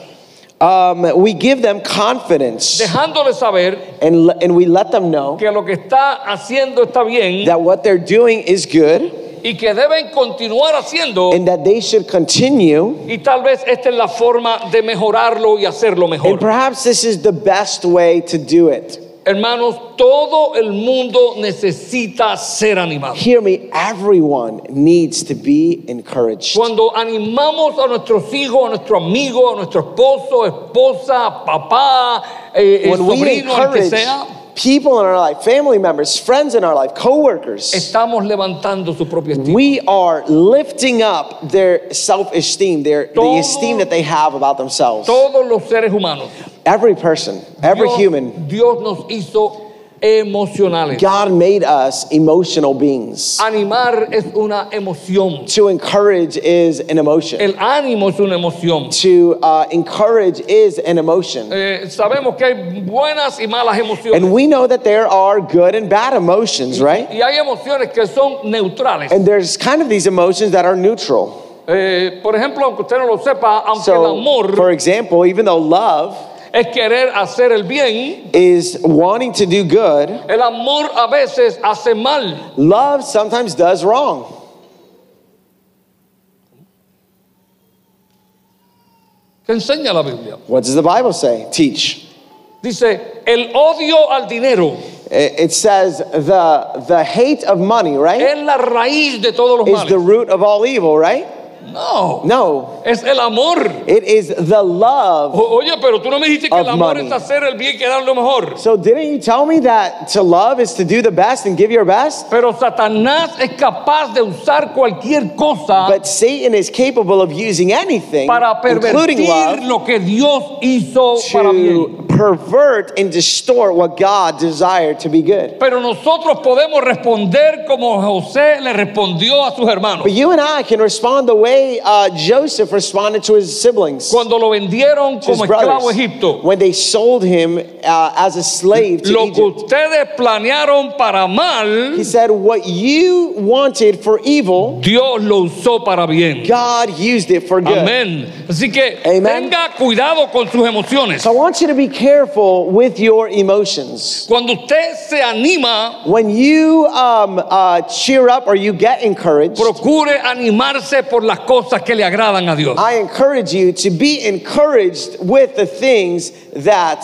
[SPEAKER 3] um, we give them confidence
[SPEAKER 2] dejándole saber
[SPEAKER 3] and, le- and we let them know
[SPEAKER 2] que lo que está haciendo está bien
[SPEAKER 3] that what they're doing is good
[SPEAKER 2] y que deben continuar haciendo
[SPEAKER 3] and that they should continue.
[SPEAKER 2] y tal vez esta es la forma de mejorarlo y hacerlo
[SPEAKER 3] And
[SPEAKER 2] mejor.
[SPEAKER 3] perhaps this is the best way to do it.
[SPEAKER 2] Hermanos, todo el mundo necesita ser animado.
[SPEAKER 3] Hear me, everyone needs to be encouraged.
[SPEAKER 2] Cuando animamos a nuestros hijos, a nuestros amigos, a nuestro esposo, esposa, papá, eh, eh,
[SPEAKER 3] When we
[SPEAKER 2] sobrino, el que
[SPEAKER 3] encourage
[SPEAKER 2] sea,
[SPEAKER 3] people in our life, family members, friends in our life, coworkers,
[SPEAKER 2] estamos levantando su propia estima.
[SPEAKER 3] we are lifting up their self-esteem, their the
[SPEAKER 2] Todo-
[SPEAKER 3] esteem that they have about themselves.
[SPEAKER 2] Todos los seres humanos,
[SPEAKER 3] Every person, every
[SPEAKER 2] Dios,
[SPEAKER 3] human,
[SPEAKER 2] Dios nos hizo emocionales.
[SPEAKER 3] God made us emotional beings.
[SPEAKER 2] Animar es una emoción.
[SPEAKER 3] To encourage is an emotion.
[SPEAKER 2] El ánimo es una emoción.
[SPEAKER 3] To uh, encourage is an emotion.
[SPEAKER 2] Eh, sabemos que hay buenas y malas emociones.
[SPEAKER 3] And we know that there are good and bad emotions, right?
[SPEAKER 2] y hay emociones que son neutrales.
[SPEAKER 3] And there's kind of these emotions that are neutral.
[SPEAKER 2] Eh, por ejemplo, aunque usted no lo sepa, aunque el
[SPEAKER 3] So,
[SPEAKER 2] amor
[SPEAKER 3] for example, even though love
[SPEAKER 2] es querer hacer el bien,
[SPEAKER 3] is wanting to do good,
[SPEAKER 2] el amor a veces hace mal.
[SPEAKER 3] love sometimes does wrong.
[SPEAKER 2] ¿Qué enseña la Biblia?
[SPEAKER 3] What does the Bible say? Teach.
[SPEAKER 2] Dice, el odio al dinero
[SPEAKER 3] It it says the the hate of money, right?
[SPEAKER 2] es la raíz de todos los
[SPEAKER 3] Is the
[SPEAKER 2] males.
[SPEAKER 3] root of all evil, right?
[SPEAKER 2] No,
[SPEAKER 3] No.
[SPEAKER 2] es el amor.
[SPEAKER 3] It is the love.
[SPEAKER 2] O- oye, pero tú no me dijiste que
[SPEAKER 3] Of
[SPEAKER 2] el amor
[SPEAKER 3] money.
[SPEAKER 2] es hacer el bien y dar lo mejor.
[SPEAKER 3] So didn't you tell me that to love is to do the best and give your best?
[SPEAKER 2] Pero Satanás es capaz de usar cualquier cosa
[SPEAKER 3] But Satan is capable of using anything,
[SPEAKER 2] para
[SPEAKER 3] including
[SPEAKER 2] pervertir
[SPEAKER 3] love,
[SPEAKER 2] lo que Dios hizo para bien.
[SPEAKER 3] to pervert and distort what God desired to be good.
[SPEAKER 2] Pero nosotros podemos responder como José le respondió a sus hermanos.
[SPEAKER 3] But you and I can respond the way uh, Joseph responded to his siblings,
[SPEAKER 2] Cuando lo vendieron
[SPEAKER 3] to his
[SPEAKER 2] como esclavo a
[SPEAKER 3] brothers,
[SPEAKER 2] Egipto,
[SPEAKER 3] when they sold him uh, as a slave to
[SPEAKER 2] lo que
[SPEAKER 3] Egypt.
[SPEAKER 2] ustedes planearon para
[SPEAKER 3] He
[SPEAKER 2] mal,
[SPEAKER 3] said, "What you wanted for evil,
[SPEAKER 2] Dios lo usó para bien.
[SPEAKER 3] God used it for good."
[SPEAKER 2] Amén. Así que
[SPEAKER 3] Amen.
[SPEAKER 2] tenga cuidado con sus emociones.
[SPEAKER 3] So I want you to be careful with your emotions.
[SPEAKER 2] Cuando usted se anima,
[SPEAKER 3] When you um, uh, cheer up or you get encouraged,
[SPEAKER 2] procure animarse por las cosas que le agradan a Dios.
[SPEAKER 3] I encourage you to be encouraged with the things that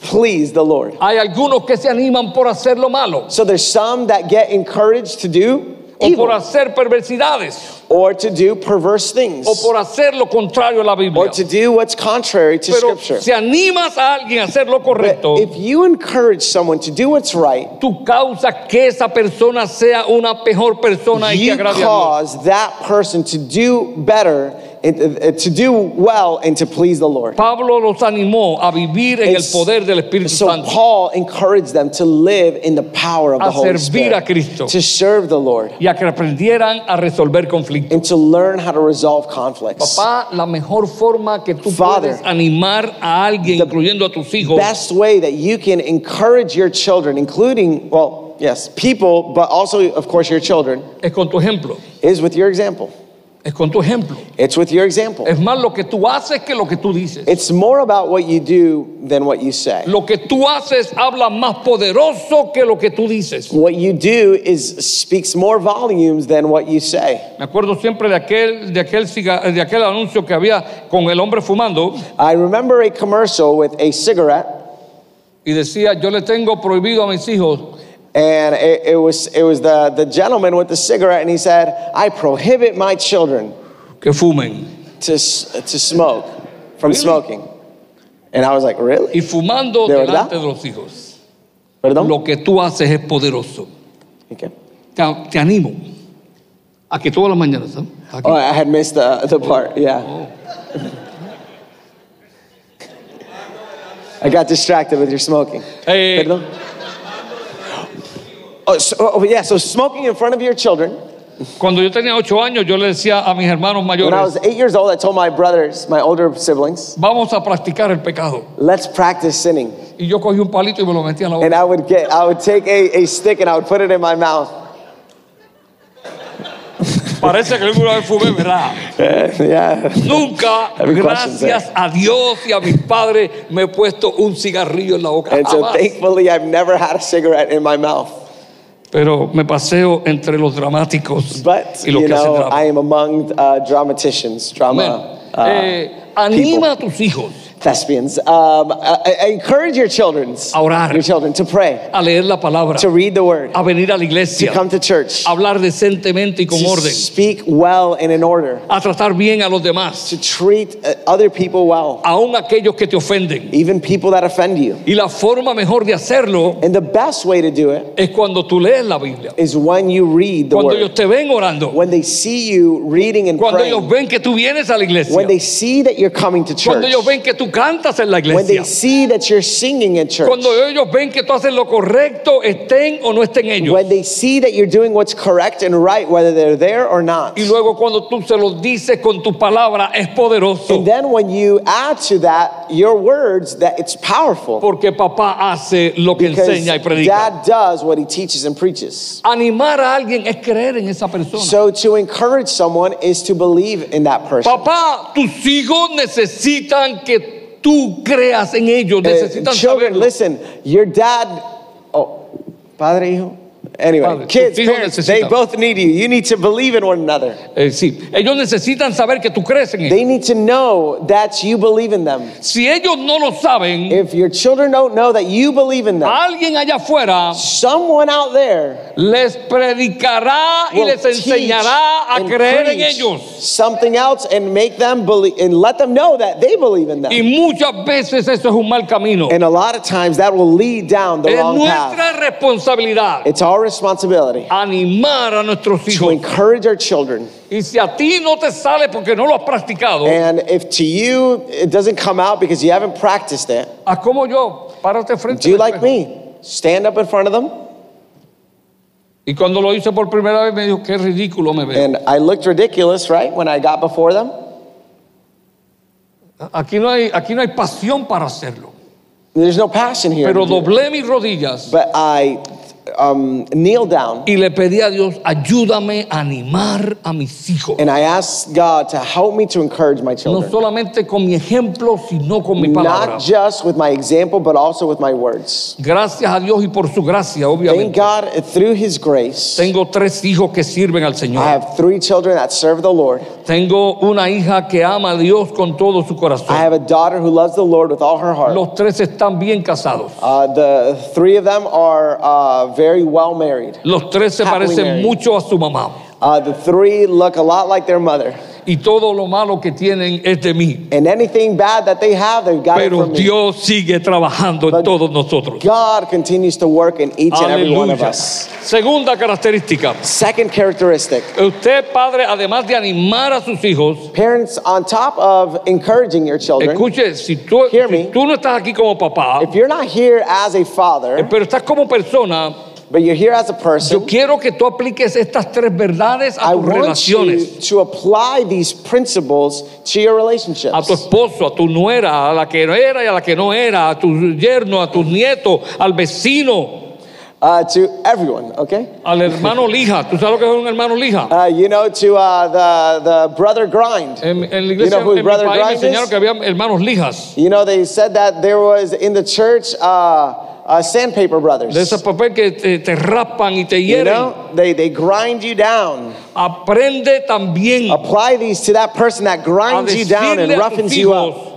[SPEAKER 3] please the Lord.
[SPEAKER 2] Hay algunos que se animan por hacer lo malo
[SPEAKER 3] So there's some that get encouraged to do
[SPEAKER 2] o por
[SPEAKER 3] evil
[SPEAKER 2] hacer perversidades
[SPEAKER 3] or to do perverse things
[SPEAKER 2] o por hacer lo contrario a la
[SPEAKER 3] or
[SPEAKER 2] Biblia.
[SPEAKER 3] to do what's contrary to
[SPEAKER 2] Pero
[SPEAKER 3] scripture.
[SPEAKER 2] si animas a alguien a hacer lo
[SPEAKER 3] But
[SPEAKER 2] correcto,
[SPEAKER 3] if you encourage someone to do what's right,
[SPEAKER 2] tú causas que esa persona sea una mejor persona y que
[SPEAKER 3] you
[SPEAKER 2] agrade a Dios.
[SPEAKER 3] cause that person to do better and uh, to do well and to please the Lord.
[SPEAKER 2] Pablo los animó a vivir en el
[SPEAKER 3] It's-
[SPEAKER 2] poder del Espíritu
[SPEAKER 3] So
[SPEAKER 2] Santo,
[SPEAKER 3] Paul encouraged them to live in the power of
[SPEAKER 2] a
[SPEAKER 3] the Holy
[SPEAKER 2] servir a
[SPEAKER 3] Spirit,
[SPEAKER 2] Cristo
[SPEAKER 3] to serve the Lord.
[SPEAKER 2] y a que aprendieran a resolver conflictos.
[SPEAKER 3] and to learn how to resolve conflicts.
[SPEAKER 2] Papá, la mejor forma que tú
[SPEAKER 3] Father,
[SPEAKER 2] puedes animar a alguien,
[SPEAKER 3] the
[SPEAKER 2] incluyendo a tus hijos,
[SPEAKER 3] Best way that you can encourage your children, including, well, yes, people, but also, of course, your children,
[SPEAKER 2] es con tu ejemplo.
[SPEAKER 3] is with your example.
[SPEAKER 2] Es con tu ejemplo.
[SPEAKER 3] It's with your example.
[SPEAKER 2] Es más lo que tú haces que lo que tú dices.
[SPEAKER 3] It's more about what you do than what you say.
[SPEAKER 2] Lo que tú haces habla más poderoso que lo que tú dices.
[SPEAKER 3] What you do is speaks more volumes than what you say.
[SPEAKER 2] Me acuerdo siempre de aquel, de aquel, ciga- de aquel anuncio que había con el hombre fumando
[SPEAKER 3] I remember a commercial with a cigarette,
[SPEAKER 2] y decía, yo le tengo prohibido a mis hijos
[SPEAKER 3] and it, it was it was the, the gentleman with the cigarette, and he said, "I prohibit my children
[SPEAKER 2] que fumen.
[SPEAKER 3] to s- to smoke from smoking. And I was like, really?
[SPEAKER 2] Y fumando
[SPEAKER 3] ¿De
[SPEAKER 2] delante
[SPEAKER 3] verdad?
[SPEAKER 2] de los hijos.
[SPEAKER 3] Perdón.
[SPEAKER 2] Lo que tú haces es poderoso.
[SPEAKER 3] Okay.
[SPEAKER 2] Te, te animo a que todas las mañanas, ¿eh? A que-
[SPEAKER 3] Oh, I had missed the, the part. Yeah. I got distracted with your smoking.
[SPEAKER 2] Eh,
[SPEAKER 3] Perdón. Oh, so, oh, yeah, so smoking in front of your children.
[SPEAKER 2] cuando yo tenía ocho años, yo le decía a mis hermanos
[SPEAKER 3] When I
[SPEAKER 2] mayores,
[SPEAKER 3] was eight years old, I told my brothers, my older siblings,
[SPEAKER 2] vamos a practicar el pecado.
[SPEAKER 3] let's practice sinning.
[SPEAKER 2] Y yo cogí un palito y me lo metí en la boca.
[SPEAKER 3] And I would get, I would take a, a stick and I would put it in my mouth.
[SPEAKER 2] Parece que alguna vez fumé, ¿verdad?
[SPEAKER 3] yeah.
[SPEAKER 2] Nunca,
[SPEAKER 3] Every question,
[SPEAKER 2] gracias a Dios y a mis padres, me he puesto un cigarrillo en la boca.
[SPEAKER 3] And so
[SPEAKER 2] Jamás.
[SPEAKER 3] thankfully, I've never had a cigarette in my mouth.
[SPEAKER 2] Pero me paseo entre los dramáticos
[SPEAKER 3] But
[SPEAKER 2] y los
[SPEAKER 3] you
[SPEAKER 2] que hacen
[SPEAKER 3] know,
[SPEAKER 2] drama.
[SPEAKER 3] I am among uh, dramaticians,
[SPEAKER 2] Amén.
[SPEAKER 3] drama. uh,
[SPEAKER 2] Eh, anima a tus hijos
[SPEAKER 3] thespians. Um, I, I encourage your children,
[SPEAKER 2] A orar.
[SPEAKER 3] your children, to pray,
[SPEAKER 2] a leer la palabra,
[SPEAKER 3] to read the word,
[SPEAKER 2] a venir a la
[SPEAKER 3] to
[SPEAKER 2] iglesia,
[SPEAKER 3] come to church,
[SPEAKER 2] a hablar decentemente y con
[SPEAKER 3] to
[SPEAKER 2] orden,
[SPEAKER 3] speak well and in order,
[SPEAKER 2] a tratar bien a los demás,
[SPEAKER 3] to treat uh, other people well,
[SPEAKER 2] aun aquellos que te ofenden.
[SPEAKER 3] even people that offend you.
[SPEAKER 2] Y la forma mejor de hacerlo
[SPEAKER 3] And the best way to do it
[SPEAKER 2] es cuando tú lees la Biblia.
[SPEAKER 3] is when you read the
[SPEAKER 2] Cuando
[SPEAKER 3] word.
[SPEAKER 2] ellos te ven orando,
[SPEAKER 3] When they see you reading and
[SPEAKER 2] cuando
[SPEAKER 3] praying,
[SPEAKER 2] ellos ven que tú vienes a la
[SPEAKER 3] when
[SPEAKER 2] iglesia,
[SPEAKER 3] they see that you're coming to church,
[SPEAKER 2] cuando ellos ven que tú cantas en la
[SPEAKER 3] when they
[SPEAKER 2] iglesia,
[SPEAKER 3] see that you're singing at church,
[SPEAKER 2] cuando ellos ven que tú haces lo correcto, estén o no estén ellos.
[SPEAKER 3] when they see that you're doing what's correct and right, whether they're there or not.
[SPEAKER 2] Y luego cuando tú se lo dices con tu palabra, es poderoso.
[SPEAKER 3] And then when you add to that your words, that it's powerful
[SPEAKER 2] Porque papá hace lo que
[SPEAKER 3] because
[SPEAKER 2] enseña y predica.
[SPEAKER 3] Dad does what he teaches and preaches.
[SPEAKER 2] Animar a alguien es creer en esa persona.
[SPEAKER 3] So to encourage someone is to believe in that person.
[SPEAKER 2] Papá, tus hijos necesitan que tú creas en ellos,
[SPEAKER 3] Uh,
[SPEAKER 2] necesitan
[SPEAKER 3] children,
[SPEAKER 2] saberlo.
[SPEAKER 3] listen, your dad, oh, padre, hijo. Anyway,
[SPEAKER 2] Padre,
[SPEAKER 3] kids,
[SPEAKER 2] tus hijos
[SPEAKER 3] parents, they
[SPEAKER 2] necesitan.
[SPEAKER 3] both need you. You need to believe in one another.
[SPEAKER 2] Eh, sí, ellos necesitan saber que tú crees en ellos.
[SPEAKER 3] They need to know that you believe in them.
[SPEAKER 2] Si ellos no lo saben,
[SPEAKER 3] If your children don't know that you believe in them,
[SPEAKER 2] alguien allá afuera
[SPEAKER 3] someone out there
[SPEAKER 2] les predicará y
[SPEAKER 3] will
[SPEAKER 2] les
[SPEAKER 3] teach
[SPEAKER 2] enseñará a
[SPEAKER 3] and
[SPEAKER 2] creer en
[SPEAKER 3] preach
[SPEAKER 2] ellos.
[SPEAKER 3] something else and make them believe and let them know that they believe in them.
[SPEAKER 2] Y muchas veces eso es un mal camino.
[SPEAKER 3] And a lot of times that will lead down the
[SPEAKER 2] Es
[SPEAKER 3] wrong path.
[SPEAKER 2] nuestra responsabilidad
[SPEAKER 3] It's our responsibility
[SPEAKER 2] animar a nuestros
[SPEAKER 3] to
[SPEAKER 2] hijos.
[SPEAKER 3] encourage our children.
[SPEAKER 2] Y si a ti no te sale porque no lo has practicado,
[SPEAKER 3] And if to you it doesn't come out because you haven't practiced it,
[SPEAKER 2] haz como yo, párate frente.
[SPEAKER 3] do you
[SPEAKER 2] al
[SPEAKER 3] like
[SPEAKER 2] espejo.
[SPEAKER 3] me? Stand up in front of them.
[SPEAKER 2] Y cuando lo hice por primera vez me dijo, qué ridículo me veo.
[SPEAKER 3] And I looked ridiculous, right, when I got before them.
[SPEAKER 2] Aquí no hay, aquí no hay pasión para hacerlo.
[SPEAKER 3] There's no passion here.
[SPEAKER 2] Pero
[SPEAKER 3] to do it.
[SPEAKER 2] doblé mis rodillas
[SPEAKER 3] But I um, kneeled down
[SPEAKER 2] y le pedí a Dios, ayúdame a animar a mis hijos.
[SPEAKER 3] and I asked God to help me to encourage my
[SPEAKER 2] No
[SPEAKER 3] children.
[SPEAKER 2] solamente con mi ejemplo, sino con mi palabra.
[SPEAKER 3] Not just with my example, but also with my words.
[SPEAKER 2] Gracias a Dios y por su gracia,
[SPEAKER 3] Thank
[SPEAKER 2] obviamente.
[SPEAKER 3] God through His grace.
[SPEAKER 2] Tengo tres hijos que sirven al
[SPEAKER 3] I
[SPEAKER 2] Señor.
[SPEAKER 3] have three children that serve the Lord.
[SPEAKER 2] Tengo una hija que ama a Dios con todo su
[SPEAKER 3] I
[SPEAKER 2] corazón.
[SPEAKER 3] have a daughter who loves the Lord with all her heart.
[SPEAKER 2] Los tres están bien casados.
[SPEAKER 3] Uh, the three of them are uh, very well married.
[SPEAKER 2] Los tres se
[SPEAKER 3] Happily
[SPEAKER 2] parecen
[SPEAKER 3] married.
[SPEAKER 2] mucho a su mamá.
[SPEAKER 3] Uh, the three look a lot like their mother.
[SPEAKER 2] Y todo lo malo que tienen es de mí.
[SPEAKER 3] And anything bad that they have, they've got it
[SPEAKER 2] Pero
[SPEAKER 3] from me.
[SPEAKER 2] Dios sigue trabajando en
[SPEAKER 3] But-
[SPEAKER 2] todos nosotros.
[SPEAKER 3] God continues to work in each and every one of
[SPEAKER 2] Aleluya.
[SPEAKER 3] us.
[SPEAKER 2] Segunda característica.
[SPEAKER 3] Second characteristic
[SPEAKER 2] Usted, padre, además de animar a sus hijos,
[SPEAKER 3] parents, on top of encouraging your children,
[SPEAKER 2] escuche, si tú,
[SPEAKER 3] Hear
[SPEAKER 2] si
[SPEAKER 3] me.
[SPEAKER 2] tú no estás aquí como papá, eh,
[SPEAKER 3] if you're not here as a father,
[SPEAKER 2] pero estás como persona,
[SPEAKER 3] but you're here as a
[SPEAKER 2] yo
[SPEAKER 3] person,
[SPEAKER 2] quiero que tú apliques estas tres verdades a
[SPEAKER 3] I
[SPEAKER 2] tus
[SPEAKER 3] want you
[SPEAKER 2] relaciones.
[SPEAKER 3] to apply these principles to your
[SPEAKER 2] A tu
[SPEAKER 3] relationships.
[SPEAKER 2] esposo, a tu nuera, a la que era y a la que no era, a tu yerno, a tus nietos, al vecino,
[SPEAKER 3] uh, to everyone, okay?
[SPEAKER 2] al hermano lija. ¿Tú sabes lo que es un hermano lija?
[SPEAKER 3] Uh, you know, to uh, the, the brother grind.
[SPEAKER 2] En, en la
[SPEAKER 3] You
[SPEAKER 2] iglesia
[SPEAKER 3] know who
[SPEAKER 2] en mi
[SPEAKER 3] Brother
[SPEAKER 2] país me
[SPEAKER 3] Grimes is?
[SPEAKER 2] enseñaron que había hermanos lijas.
[SPEAKER 3] You know, they said that there was in the church uh, uh, sandpaper brothers.
[SPEAKER 2] De esos papel que te, te raspan y te
[SPEAKER 3] you
[SPEAKER 2] hieren.
[SPEAKER 3] know, they, they grind you down.
[SPEAKER 2] Aprende también
[SPEAKER 3] Apply these to that person that
[SPEAKER 2] a
[SPEAKER 3] grinds you down and
[SPEAKER 2] decirle a tus
[SPEAKER 3] roughens you
[SPEAKER 2] hijos
[SPEAKER 3] up.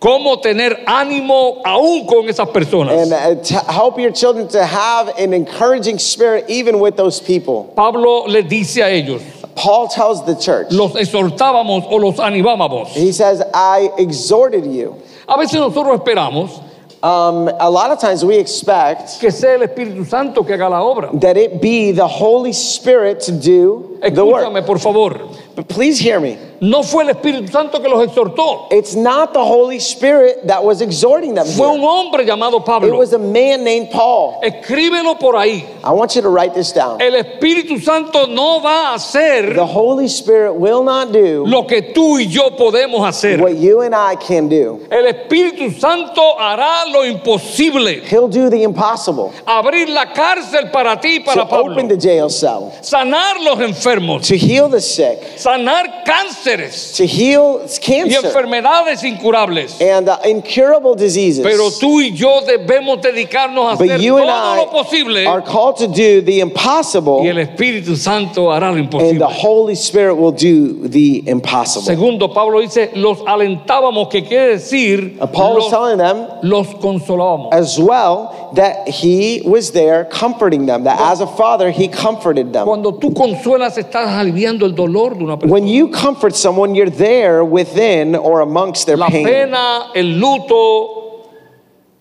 [SPEAKER 2] cómo tener ánimo aún con esas personas.
[SPEAKER 3] And uh, to help your children to have an encouraging spirit even with those people.
[SPEAKER 2] Pablo les dice a ellos,
[SPEAKER 3] Paul tells the church,
[SPEAKER 2] los exhortábamos o los animábamos.
[SPEAKER 3] he says, I exhorted you.
[SPEAKER 2] A veces nosotros esperamos
[SPEAKER 3] Um, a lot of times we expect
[SPEAKER 2] que sea el Espíritu Santo que haga la obra.
[SPEAKER 3] that it be the Holy Spirit to do the work.
[SPEAKER 2] Escúchame, por favor.
[SPEAKER 3] But please hear me.
[SPEAKER 2] No fue el Espíritu Santo que los exhortó.
[SPEAKER 3] It's not the Holy Spirit that was exhorting them.
[SPEAKER 2] Fue
[SPEAKER 3] here.
[SPEAKER 2] un hombre llamado
[SPEAKER 3] It
[SPEAKER 2] Pablo.
[SPEAKER 3] was a man named Paul.
[SPEAKER 2] Escríbelo por ahí.
[SPEAKER 3] I want you to write this down.
[SPEAKER 2] El Espíritu Santo no va a hacer
[SPEAKER 3] The Holy Spirit will not do
[SPEAKER 2] lo que tú y yo podemos hacer.
[SPEAKER 3] what you and I can do.
[SPEAKER 2] El Espíritu Santo hará lo imposible.
[SPEAKER 3] He'll do the impossible.
[SPEAKER 2] Abrir la cárcel para ti y para
[SPEAKER 3] To open
[SPEAKER 2] Pablo.
[SPEAKER 3] the jail cell,
[SPEAKER 2] Sanar los enfermos.
[SPEAKER 3] to heal the sick,
[SPEAKER 2] Sanar cánceres
[SPEAKER 3] to heal
[SPEAKER 2] y
[SPEAKER 3] cancer
[SPEAKER 2] enfermedades incurables.
[SPEAKER 3] and uh, incurable diseases.
[SPEAKER 2] Pero tú y yo debemos dedicarnos a hacer
[SPEAKER 3] but you and
[SPEAKER 2] todo lo
[SPEAKER 3] I
[SPEAKER 2] posible
[SPEAKER 3] are called to do the
[SPEAKER 2] y
[SPEAKER 3] impossible,
[SPEAKER 2] el Espíritu Santo hará lo
[SPEAKER 3] and
[SPEAKER 2] imposible.
[SPEAKER 3] the Holy Spirit will do the impossible.
[SPEAKER 2] Segundo, Pablo dice, los alentábamos, que quiere decir,
[SPEAKER 3] Uh, Paul was
[SPEAKER 2] los,
[SPEAKER 3] telling them
[SPEAKER 2] los consolábamos.
[SPEAKER 3] as well that he was there comforting them, that as a father, he comforted them.
[SPEAKER 2] Cuando tú consuelas, estás aliviando el dolor de una persona.
[SPEAKER 3] When you comfort someone, you're there within or amongst their
[SPEAKER 2] La
[SPEAKER 3] pain.
[SPEAKER 2] pena, el luto,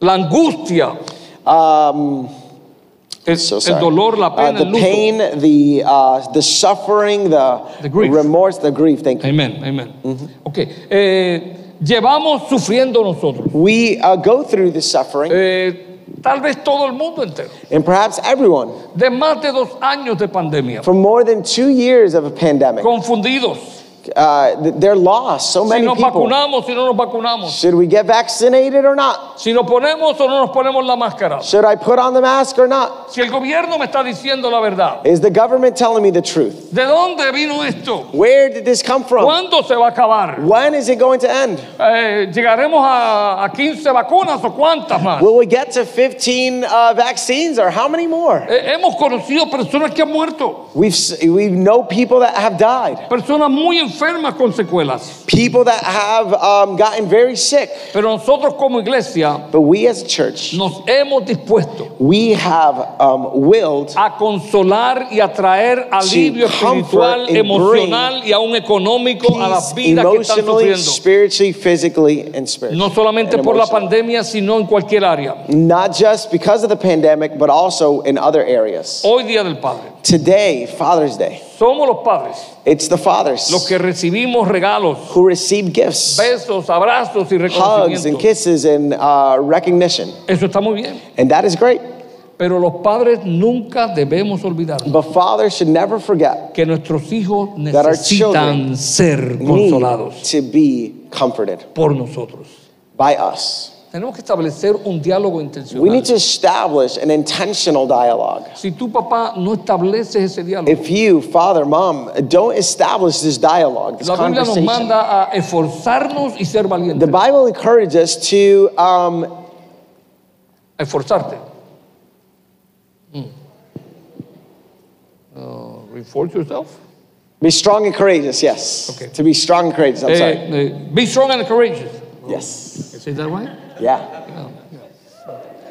[SPEAKER 2] la angustia,
[SPEAKER 3] Um,
[SPEAKER 2] el,
[SPEAKER 3] so
[SPEAKER 2] el
[SPEAKER 3] sorry.
[SPEAKER 2] dolor, la
[SPEAKER 3] Uh,
[SPEAKER 2] pena,
[SPEAKER 3] the
[SPEAKER 2] el luto.
[SPEAKER 3] pain, the uh, the suffering, the,
[SPEAKER 2] The grief.
[SPEAKER 3] remorse, the grief. Thank you.
[SPEAKER 2] Amén, amén.
[SPEAKER 3] Mm-hmm.
[SPEAKER 2] Ok, eh, llevamos sufriendo nosotros.
[SPEAKER 3] We uh, go through this suffering,
[SPEAKER 2] Eh, tal vez todo el mundo entero.
[SPEAKER 3] and perhaps everyone,
[SPEAKER 2] De más de dos años de pandemia.
[SPEAKER 3] for more than two years of a pandemic,
[SPEAKER 2] Confundidos.
[SPEAKER 3] uh, th- they're lost. So
[SPEAKER 2] Si
[SPEAKER 3] many
[SPEAKER 2] nos
[SPEAKER 3] people.
[SPEAKER 2] vacunamos, si no nos vacunamos.
[SPEAKER 3] Should we get vaccinated or not?
[SPEAKER 2] Si nos ponemos o no nos ponemos la máscara.
[SPEAKER 3] Should I put on the mask or not?
[SPEAKER 2] Si el gobierno me está diciendo la verdad.
[SPEAKER 3] Is the government telling me the truth?
[SPEAKER 2] ¿De dónde vino esto?
[SPEAKER 3] Where did this come from?
[SPEAKER 2] ¿Cuándo se va a acabar?
[SPEAKER 3] When is it going to end?
[SPEAKER 2] Eh, ¿Llegaremos a, a 15 vacunas o cuántas más?
[SPEAKER 3] Will we get to 15 uh, vaccines or how many more?
[SPEAKER 2] Eh, hemos conocido personas que han muerto.
[SPEAKER 3] We've s- we know people that have died,
[SPEAKER 2] Personas muy enfermas con secuelas.
[SPEAKER 3] people that have um, gotten very sick.
[SPEAKER 2] Pero nosotros como iglesia
[SPEAKER 3] But we as a church,
[SPEAKER 2] nos hemos dispuesto
[SPEAKER 3] we have um, willed
[SPEAKER 2] a consolar y a traer alivio espiritual,
[SPEAKER 3] comfort and
[SPEAKER 2] emocional y aún económico a las
[SPEAKER 3] peace
[SPEAKER 2] vidas que están
[SPEAKER 3] emotionally,
[SPEAKER 2] sufriendo.
[SPEAKER 3] spiritually, physically, and
[SPEAKER 2] No
[SPEAKER 3] spiritually.
[SPEAKER 2] solamente
[SPEAKER 3] and
[SPEAKER 2] por la
[SPEAKER 3] emotionally.
[SPEAKER 2] pandemia, sino en cualquier área.
[SPEAKER 3] Not just because of the pandemic, but also in other areas.
[SPEAKER 2] Hoy Día del Padre.
[SPEAKER 3] Today, Father's Day,
[SPEAKER 2] Somos los padres
[SPEAKER 3] it's the
[SPEAKER 2] los
[SPEAKER 3] fathers
[SPEAKER 2] que recibimos regalos,
[SPEAKER 3] who receive gifts,
[SPEAKER 2] besos, abrazos y
[SPEAKER 3] hugs, and
[SPEAKER 2] reconocimiento.
[SPEAKER 3] kisses, and uh, recognition.
[SPEAKER 2] Eso está muy bien.
[SPEAKER 3] And that is great.
[SPEAKER 2] Pero los padres nunca debemos olvidar
[SPEAKER 3] But fathers should never forget
[SPEAKER 2] que nuestros hijos
[SPEAKER 3] That our
[SPEAKER 2] necesitan ser
[SPEAKER 3] need
[SPEAKER 2] consolados
[SPEAKER 3] to be comforted
[SPEAKER 2] por nosotros.
[SPEAKER 3] by us.
[SPEAKER 2] Tenemos que establecer un diálogo
[SPEAKER 3] We
[SPEAKER 2] intencional.
[SPEAKER 3] need to establish an intentional dialogue.
[SPEAKER 2] Si tu papá no estableces ese diálogo,
[SPEAKER 3] If you, father, mom, don't establish this dialogue, this
[SPEAKER 2] la Biblia nos
[SPEAKER 3] conversation,
[SPEAKER 2] manda a esforzarnos y ser
[SPEAKER 3] the
[SPEAKER 2] valientes.
[SPEAKER 3] Bible encourages us to um,
[SPEAKER 2] A esforzarte. Mm. Uh, reinforce yourself.
[SPEAKER 3] be strong and courageous. Yes,
[SPEAKER 2] Okay.
[SPEAKER 3] to be strong and courageous. I'm
[SPEAKER 2] Eh,
[SPEAKER 3] sorry.
[SPEAKER 2] eh, be strong and courageous.
[SPEAKER 3] Yes,
[SPEAKER 2] Is that right?
[SPEAKER 3] yeah.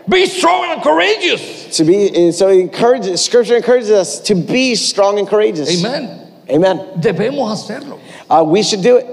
[SPEAKER 2] Be strong and courageous.
[SPEAKER 3] To be and so it encourages Scripture encourages us to be strong and courageous.
[SPEAKER 2] Amen.
[SPEAKER 3] Amen.
[SPEAKER 2] Debemos hacerlo.
[SPEAKER 3] Uh, we should do it,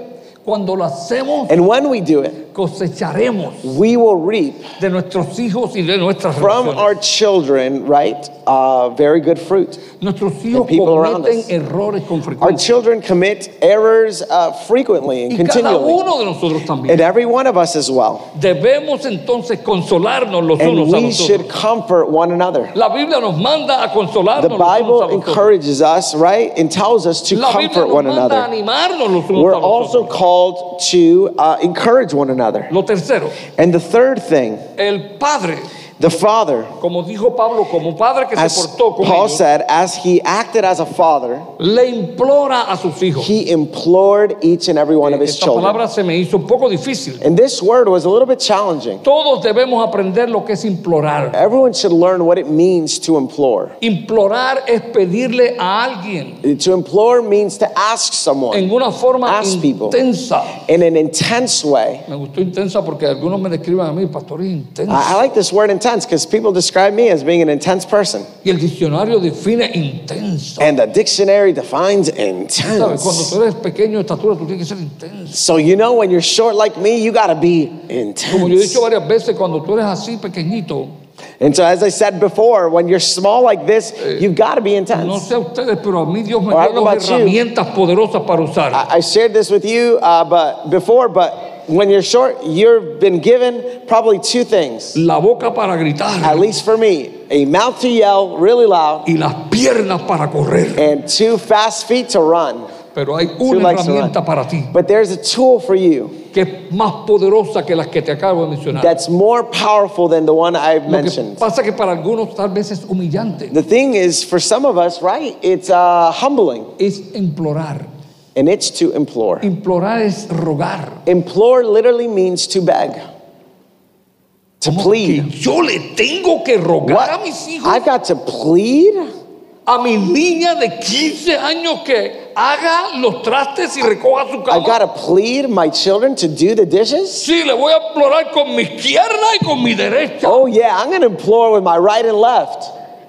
[SPEAKER 2] Cuando lo hacemos,
[SPEAKER 3] and when we do it,
[SPEAKER 2] cosecharemos
[SPEAKER 3] we will reap
[SPEAKER 2] de nuestros hijos y de nuestras
[SPEAKER 3] from
[SPEAKER 2] relaciones.
[SPEAKER 3] our children, right? Uh, very good fruit.
[SPEAKER 2] Nuestros hijos
[SPEAKER 3] people around
[SPEAKER 2] cometen
[SPEAKER 3] us.
[SPEAKER 2] errores con
[SPEAKER 3] Our
[SPEAKER 2] frecuencia.
[SPEAKER 3] children commit errors uh, frequently and
[SPEAKER 2] Y cada
[SPEAKER 3] continually,
[SPEAKER 2] uno de nosotros también.
[SPEAKER 3] and every one of us as well.
[SPEAKER 2] Debemos entonces consolarnos los
[SPEAKER 3] And
[SPEAKER 2] unos a
[SPEAKER 3] we
[SPEAKER 2] los
[SPEAKER 3] should
[SPEAKER 2] otros.
[SPEAKER 3] comfort one another.
[SPEAKER 2] La Biblia nos manda a
[SPEAKER 3] The
[SPEAKER 2] consolarnos los unos a
[SPEAKER 3] Bible
[SPEAKER 2] los otros.
[SPEAKER 3] encourages us, right, and tells us to
[SPEAKER 2] La Biblia
[SPEAKER 3] comfort
[SPEAKER 2] nos
[SPEAKER 3] one
[SPEAKER 2] manda a
[SPEAKER 3] another.
[SPEAKER 2] animarnos los unos
[SPEAKER 3] We're
[SPEAKER 2] a los
[SPEAKER 3] also
[SPEAKER 2] otros.
[SPEAKER 3] called to uh, encourage one another.
[SPEAKER 2] Lo tercero,
[SPEAKER 3] And the third thing,
[SPEAKER 2] el padre,
[SPEAKER 3] the father,
[SPEAKER 2] como dijo Pablo, como padre que
[SPEAKER 3] as
[SPEAKER 2] se portó con
[SPEAKER 3] Paul
[SPEAKER 2] ellos,
[SPEAKER 3] said, as he acted as a father,
[SPEAKER 2] le implora a sus hijos.
[SPEAKER 3] he implored each and every one of his
[SPEAKER 2] Eh, Esta
[SPEAKER 3] children.
[SPEAKER 2] palabra se me hizo un poco difícil.
[SPEAKER 3] And this word was a little bit challenging.
[SPEAKER 2] Todos debemos aprender lo que es implorar.
[SPEAKER 3] Everyone should learn what it means to implore.
[SPEAKER 2] Implorar es pedirle a alguien
[SPEAKER 3] To implore means to ask someone
[SPEAKER 2] en una forma
[SPEAKER 3] Ask people.
[SPEAKER 2] intensa.
[SPEAKER 3] in an intense way.
[SPEAKER 2] Me gustó intensa porque algunos me describen a mí, pastor, es intensa.
[SPEAKER 3] I, I like this word intense because people describe me as being an intense person.
[SPEAKER 2] Y el diccionario define intensa.
[SPEAKER 3] And the dictionary defines
[SPEAKER 2] ¿Sabes? Cuando
[SPEAKER 3] intense.
[SPEAKER 2] tú eres pequeño de estatura, tú tienes que ser intensa.
[SPEAKER 3] So, you know, when you're short like me, you gotta be
[SPEAKER 2] Como yo he
[SPEAKER 3] intense.
[SPEAKER 2] dicho varias veces, cuando tú eres así pequeñito,
[SPEAKER 3] And so, as I said before, when you're small like this, you've gotta be
[SPEAKER 2] no
[SPEAKER 3] intense.
[SPEAKER 2] sé a ustedes, pero a mí Dios me
[SPEAKER 3] Or I
[SPEAKER 2] dio
[SPEAKER 3] don't know
[SPEAKER 2] dos
[SPEAKER 3] about you. Ah.
[SPEAKER 2] herramientas poderosas para usar.
[SPEAKER 3] I, I shared this with you uh, but before, but when you're short, you've been given probably two things,
[SPEAKER 2] la boca para
[SPEAKER 3] at
[SPEAKER 2] gritar
[SPEAKER 3] least for me a mouth to yell really loud.
[SPEAKER 2] y las piernas para correr.
[SPEAKER 3] and two fast feet to run.
[SPEAKER 2] Pero hay
[SPEAKER 3] Eh, Two
[SPEAKER 2] una
[SPEAKER 3] legs to
[SPEAKER 2] herramienta
[SPEAKER 3] run.
[SPEAKER 2] para ti
[SPEAKER 3] But there's a tool for you
[SPEAKER 2] que es más poderosa que las que te acabo de mencionar.
[SPEAKER 3] that's more powerful than the one I've
[SPEAKER 2] Lo que
[SPEAKER 3] mentioned.
[SPEAKER 2] pasa que para algunos tal vez es humillante,
[SPEAKER 3] The thing is, for some of us, right, it's uh, humbling
[SPEAKER 2] es implorar.
[SPEAKER 3] and it's to implore.
[SPEAKER 2] Implorar es rogar.
[SPEAKER 3] Implore literally means to beg, to
[SPEAKER 2] Como que
[SPEAKER 3] plead.
[SPEAKER 2] yo le tengo que rogar a mis hijos,
[SPEAKER 3] I've got to plead?
[SPEAKER 2] a mi niña de 15 años que haga los trastes y recoja su
[SPEAKER 3] I've
[SPEAKER 2] cama.
[SPEAKER 3] got to plead my children to do the dishes?
[SPEAKER 2] Sí, le voy a implorar con mi izquierda y con mi derecha.
[SPEAKER 3] Oh, yeah, I'm going to implore with my right and left.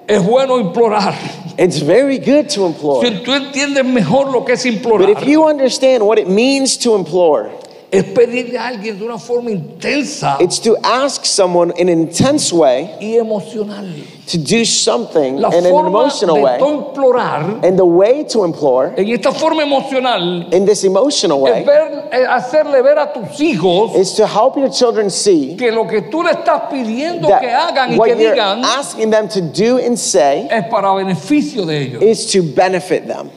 [SPEAKER 2] Es bueno implorar.
[SPEAKER 3] It's very good to implore.
[SPEAKER 2] Si tú entiendes mejor lo que es
[SPEAKER 3] But
[SPEAKER 2] implorar,
[SPEAKER 3] if you understand what it means to implore,
[SPEAKER 2] es pedirle a alguien de una forma intensa
[SPEAKER 3] it's to ask someone in an intense way
[SPEAKER 2] y emocional.
[SPEAKER 3] to do something
[SPEAKER 2] La
[SPEAKER 3] in an
[SPEAKER 2] forma
[SPEAKER 3] emotional
[SPEAKER 2] de tú
[SPEAKER 3] way.
[SPEAKER 2] implorar
[SPEAKER 3] And the way to implore
[SPEAKER 2] en esta forma emocional
[SPEAKER 3] in this emotional
[SPEAKER 2] es
[SPEAKER 3] way
[SPEAKER 2] ver- eh, hacerle ver a tus hijos
[SPEAKER 3] is to help your children see
[SPEAKER 2] que lo que tú le estás pidiendo que hagan y
[SPEAKER 3] that
[SPEAKER 2] que
[SPEAKER 3] what you're
[SPEAKER 2] digan
[SPEAKER 3] asking them to do and say
[SPEAKER 2] es para beneficio de ellos.
[SPEAKER 3] is to benefit them.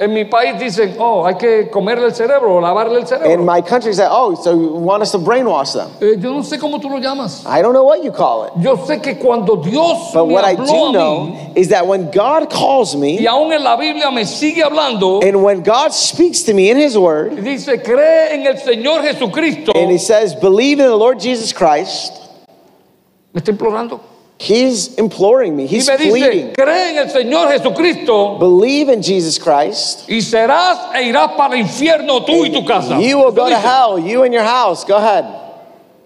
[SPEAKER 2] En mi país dicen, oh, hay que comerle el cerebro o lavarle el
[SPEAKER 3] In
[SPEAKER 2] cerebro.
[SPEAKER 3] my country, say, oh, so you want us to brainwash them?
[SPEAKER 2] Eh, yo no sé cómo tú lo llamas.
[SPEAKER 3] I don't know what you call it.
[SPEAKER 2] Yo sé que cuando Dios
[SPEAKER 3] But
[SPEAKER 2] me
[SPEAKER 3] what I
[SPEAKER 2] habló
[SPEAKER 3] do
[SPEAKER 2] a mí,
[SPEAKER 3] know is that when God calls
[SPEAKER 2] y
[SPEAKER 3] me
[SPEAKER 2] aún en la Biblia me sigue hablando,
[SPEAKER 3] and when God speaks to me in His Word
[SPEAKER 2] dice, cree en el Señor Jesucristo.
[SPEAKER 3] and He says, believe in the Lord Jesus Christ,
[SPEAKER 2] me está implorando.
[SPEAKER 3] He's imploring me,
[SPEAKER 2] Y
[SPEAKER 3] He's
[SPEAKER 2] me dice,
[SPEAKER 3] pleading.
[SPEAKER 2] cree en el Señor Jesucristo
[SPEAKER 3] Believe in Jesus Christ.
[SPEAKER 2] y serás e irás para el infierno tú y tu casa.
[SPEAKER 3] You will go to
[SPEAKER 2] Dice,
[SPEAKER 3] hell, you and your house. Go ahead.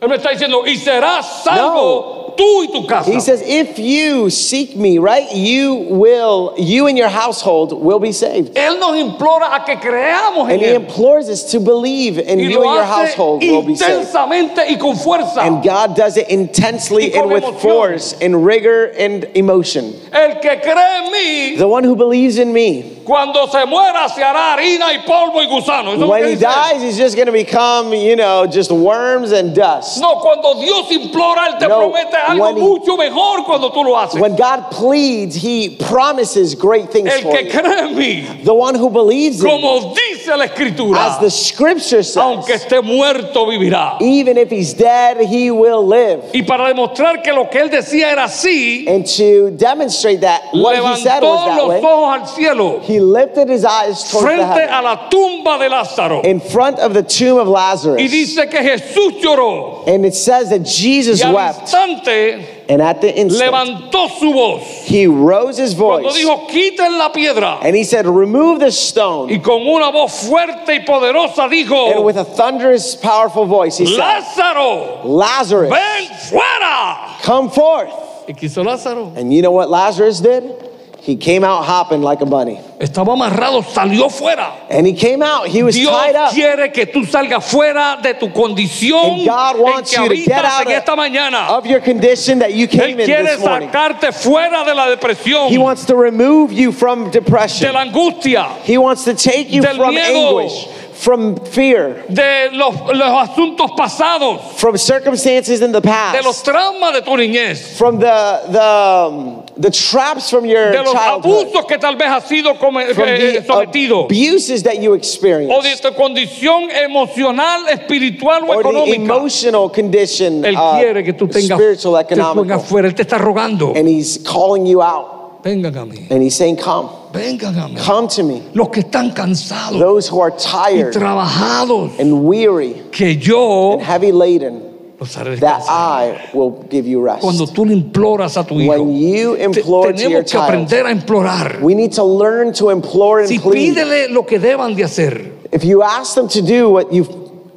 [SPEAKER 2] Él me está diciendo, y serás salvo tú y tu casa.
[SPEAKER 3] He says, if you seek me, right, you will, you and your household will be saved.
[SPEAKER 2] él nos implora a que creamos en
[SPEAKER 3] And He
[SPEAKER 2] Él.
[SPEAKER 3] implores us to believe, and
[SPEAKER 2] Y
[SPEAKER 3] you and
[SPEAKER 2] lo
[SPEAKER 3] your
[SPEAKER 2] hace
[SPEAKER 3] household will be saved.
[SPEAKER 2] intensamente y con fuerza.
[SPEAKER 3] And God does it intensely
[SPEAKER 2] Y con
[SPEAKER 3] and with
[SPEAKER 2] emoción.
[SPEAKER 3] force and rigor and emotion.
[SPEAKER 2] El que cree en mí,
[SPEAKER 3] The one who believes in me,
[SPEAKER 2] cuando se muera, se hará harina y polvo y gusano. Eso es lo
[SPEAKER 3] when
[SPEAKER 2] que
[SPEAKER 3] he
[SPEAKER 2] dice.
[SPEAKER 3] dies, he's just going to become, you know, just worms and dust.
[SPEAKER 2] No, cuando Dios implora, Él te
[SPEAKER 3] No,
[SPEAKER 2] promete algo
[SPEAKER 3] when he-
[SPEAKER 2] mucho mejor cuando tú lo haces.
[SPEAKER 3] When God pleads, he promises great things
[SPEAKER 2] El
[SPEAKER 3] for
[SPEAKER 2] que
[SPEAKER 3] you.
[SPEAKER 2] cree en mí,
[SPEAKER 3] The one who believes in me,
[SPEAKER 2] como dice la Escritura,
[SPEAKER 3] as the scripture says,
[SPEAKER 2] aunque esté muerto, vivirá.
[SPEAKER 3] even if he's dead, he will live.
[SPEAKER 2] Y para demostrar que lo que Él decía era así,
[SPEAKER 3] And to demonstrate that what he said
[SPEAKER 2] levantó
[SPEAKER 3] was that
[SPEAKER 2] los
[SPEAKER 3] way,
[SPEAKER 2] ojos al cielo,
[SPEAKER 3] he lifted his eyes towards the
[SPEAKER 2] frente
[SPEAKER 3] heaven,
[SPEAKER 2] a la tumba de Lázaro.
[SPEAKER 3] in front of the tomb of
[SPEAKER 2] Y
[SPEAKER 3] Lazarus.
[SPEAKER 2] dice que Jesús lloró
[SPEAKER 3] And it says that Jesus
[SPEAKER 2] y al
[SPEAKER 3] wept,
[SPEAKER 2] instante
[SPEAKER 3] and at the instant,
[SPEAKER 2] levantó su voz
[SPEAKER 3] he rose his
[SPEAKER 2] cuando
[SPEAKER 3] voice.
[SPEAKER 2] dijo quiten la piedra
[SPEAKER 3] And he said, Remove the stone.
[SPEAKER 2] y con una voz fuerte y poderosa
[SPEAKER 3] And
[SPEAKER 2] dijo
[SPEAKER 3] with a thunderous, powerful voice, he said,
[SPEAKER 2] Lázaro
[SPEAKER 3] Lazarus,
[SPEAKER 2] ven fuera
[SPEAKER 3] come forth.
[SPEAKER 2] y quiso Lázaro
[SPEAKER 3] And you know what Lazarus did? He came out hopping like a bunny.
[SPEAKER 2] estaba amarrado salió fuera
[SPEAKER 3] And he came out, he was
[SPEAKER 2] Dios
[SPEAKER 3] tied up.
[SPEAKER 2] quiere que tú salgas fuera de tu condición
[SPEAKER 3] And God
[SPEAKER 2] en
[SPEAKER 3] wants
[SPEAKER 2] que
[SPEAKER 3] you to get
[SPEAKER 2] habitas
[SPEAKER 3] out
[SPEAKER 2] en esta mañana
[SPEAKER 3] of, of your condition that you
[SPEAKER 2] Él
[SPEAKER 3] came in
[SPEAKER 2] quiere
[SPEAKER 3] this morning.
[SPEAKER 2] sacarte fuera de la depresión
[SPEAKER 3] He wants to remove you from
[SPEAKER 2] de
[SPEAKER 3] depression.
[SPEAKER 2] la angustia
[SPEAKER 3] He wants to take you
[SPEAKER 2] Del
[SPEAKER 3] from
[SPEAKER 2] miedo.
[SPEAKER 3] anguish, from fear,
[SPEAKER 2] de los, los asuntos pasados
[SPEAKER 3] from circumstances in the
[SPEAKER 2] de los
[SPEAKER 3] past,
[SPEAKER 2] traumas de tu niñez
[SPEAKER 3] from the, the, um, the traps from your
[SPEAKER 2] de los
[SPEAKER 3] childhood.
[SPEAKER 2] abusos que tal vez has sido come-
[SPEAKER 3] from
[SPEAKER 2] eh,
[SPEAKER 3] the
[SPEAKER 2] sometido
[SPEAKER 3] abuses that you
[SPEAKER 2] o de
[SPEAKER 3] experience
[SPEAKER 2] tu condición emocional, espiritual o
[SPEAKER 3] or the
[SPEAKER 2] económica.
[SPEAKER 3] emotional condition
[SPEAKER 2] Él
[SPEAKER 3] uh,
[SPEAKER 2] quiere que tú tengas
[SPEAKER 3] spiritual
[SPEAKER 2] te pongas
[SPEAKER 3] economic
[SPEAKER 2] fuera. Él te está rogando.
[SPEAKER 3] and he's calling you out
[SPEAKER 2] Vengan a mí.
[SPEAKER 3] and he's saying come
[SPEAKER 2] Vengan a mí.
[SPEAKER 3] come to me
[SPEAKER 2] Los que están cansados
[SPEAKER 3] those who are
[SPEAKER 2] y
[SPEAKER 3] tired
[SPEAKER 2] trabajados,
[SPEAKER 3] and weary
[SPEAKER 2] que yo
[SPEAKER 3] and heavy laden
[SPEAKER 2] los haré
[SPEAKER 3] that
[SPEAKER 2] descansar.
[SPEAKER 3] I will give you rest
[SPEAKER 2] Cuando tú le imploras a tu
[SPEAKER 3] when
[SPEAKER 2] hijo,
[SPEAKER 3] you
[SPEAKER 2] te-
[SPEAKER 3] implore to your
[SPEAKER 2] tenemos que
[SPEAKER 3] child
[SPEAKER 2] aprender a implorar.
[SPEAKER 3] we need to learn to implore and
[SPEAKER 2] Si
[SPEAKER 3] plead
[SPEAKER 2] pídele lo que deban de hacer,
[SPEAKER 3] if you ask them to do what you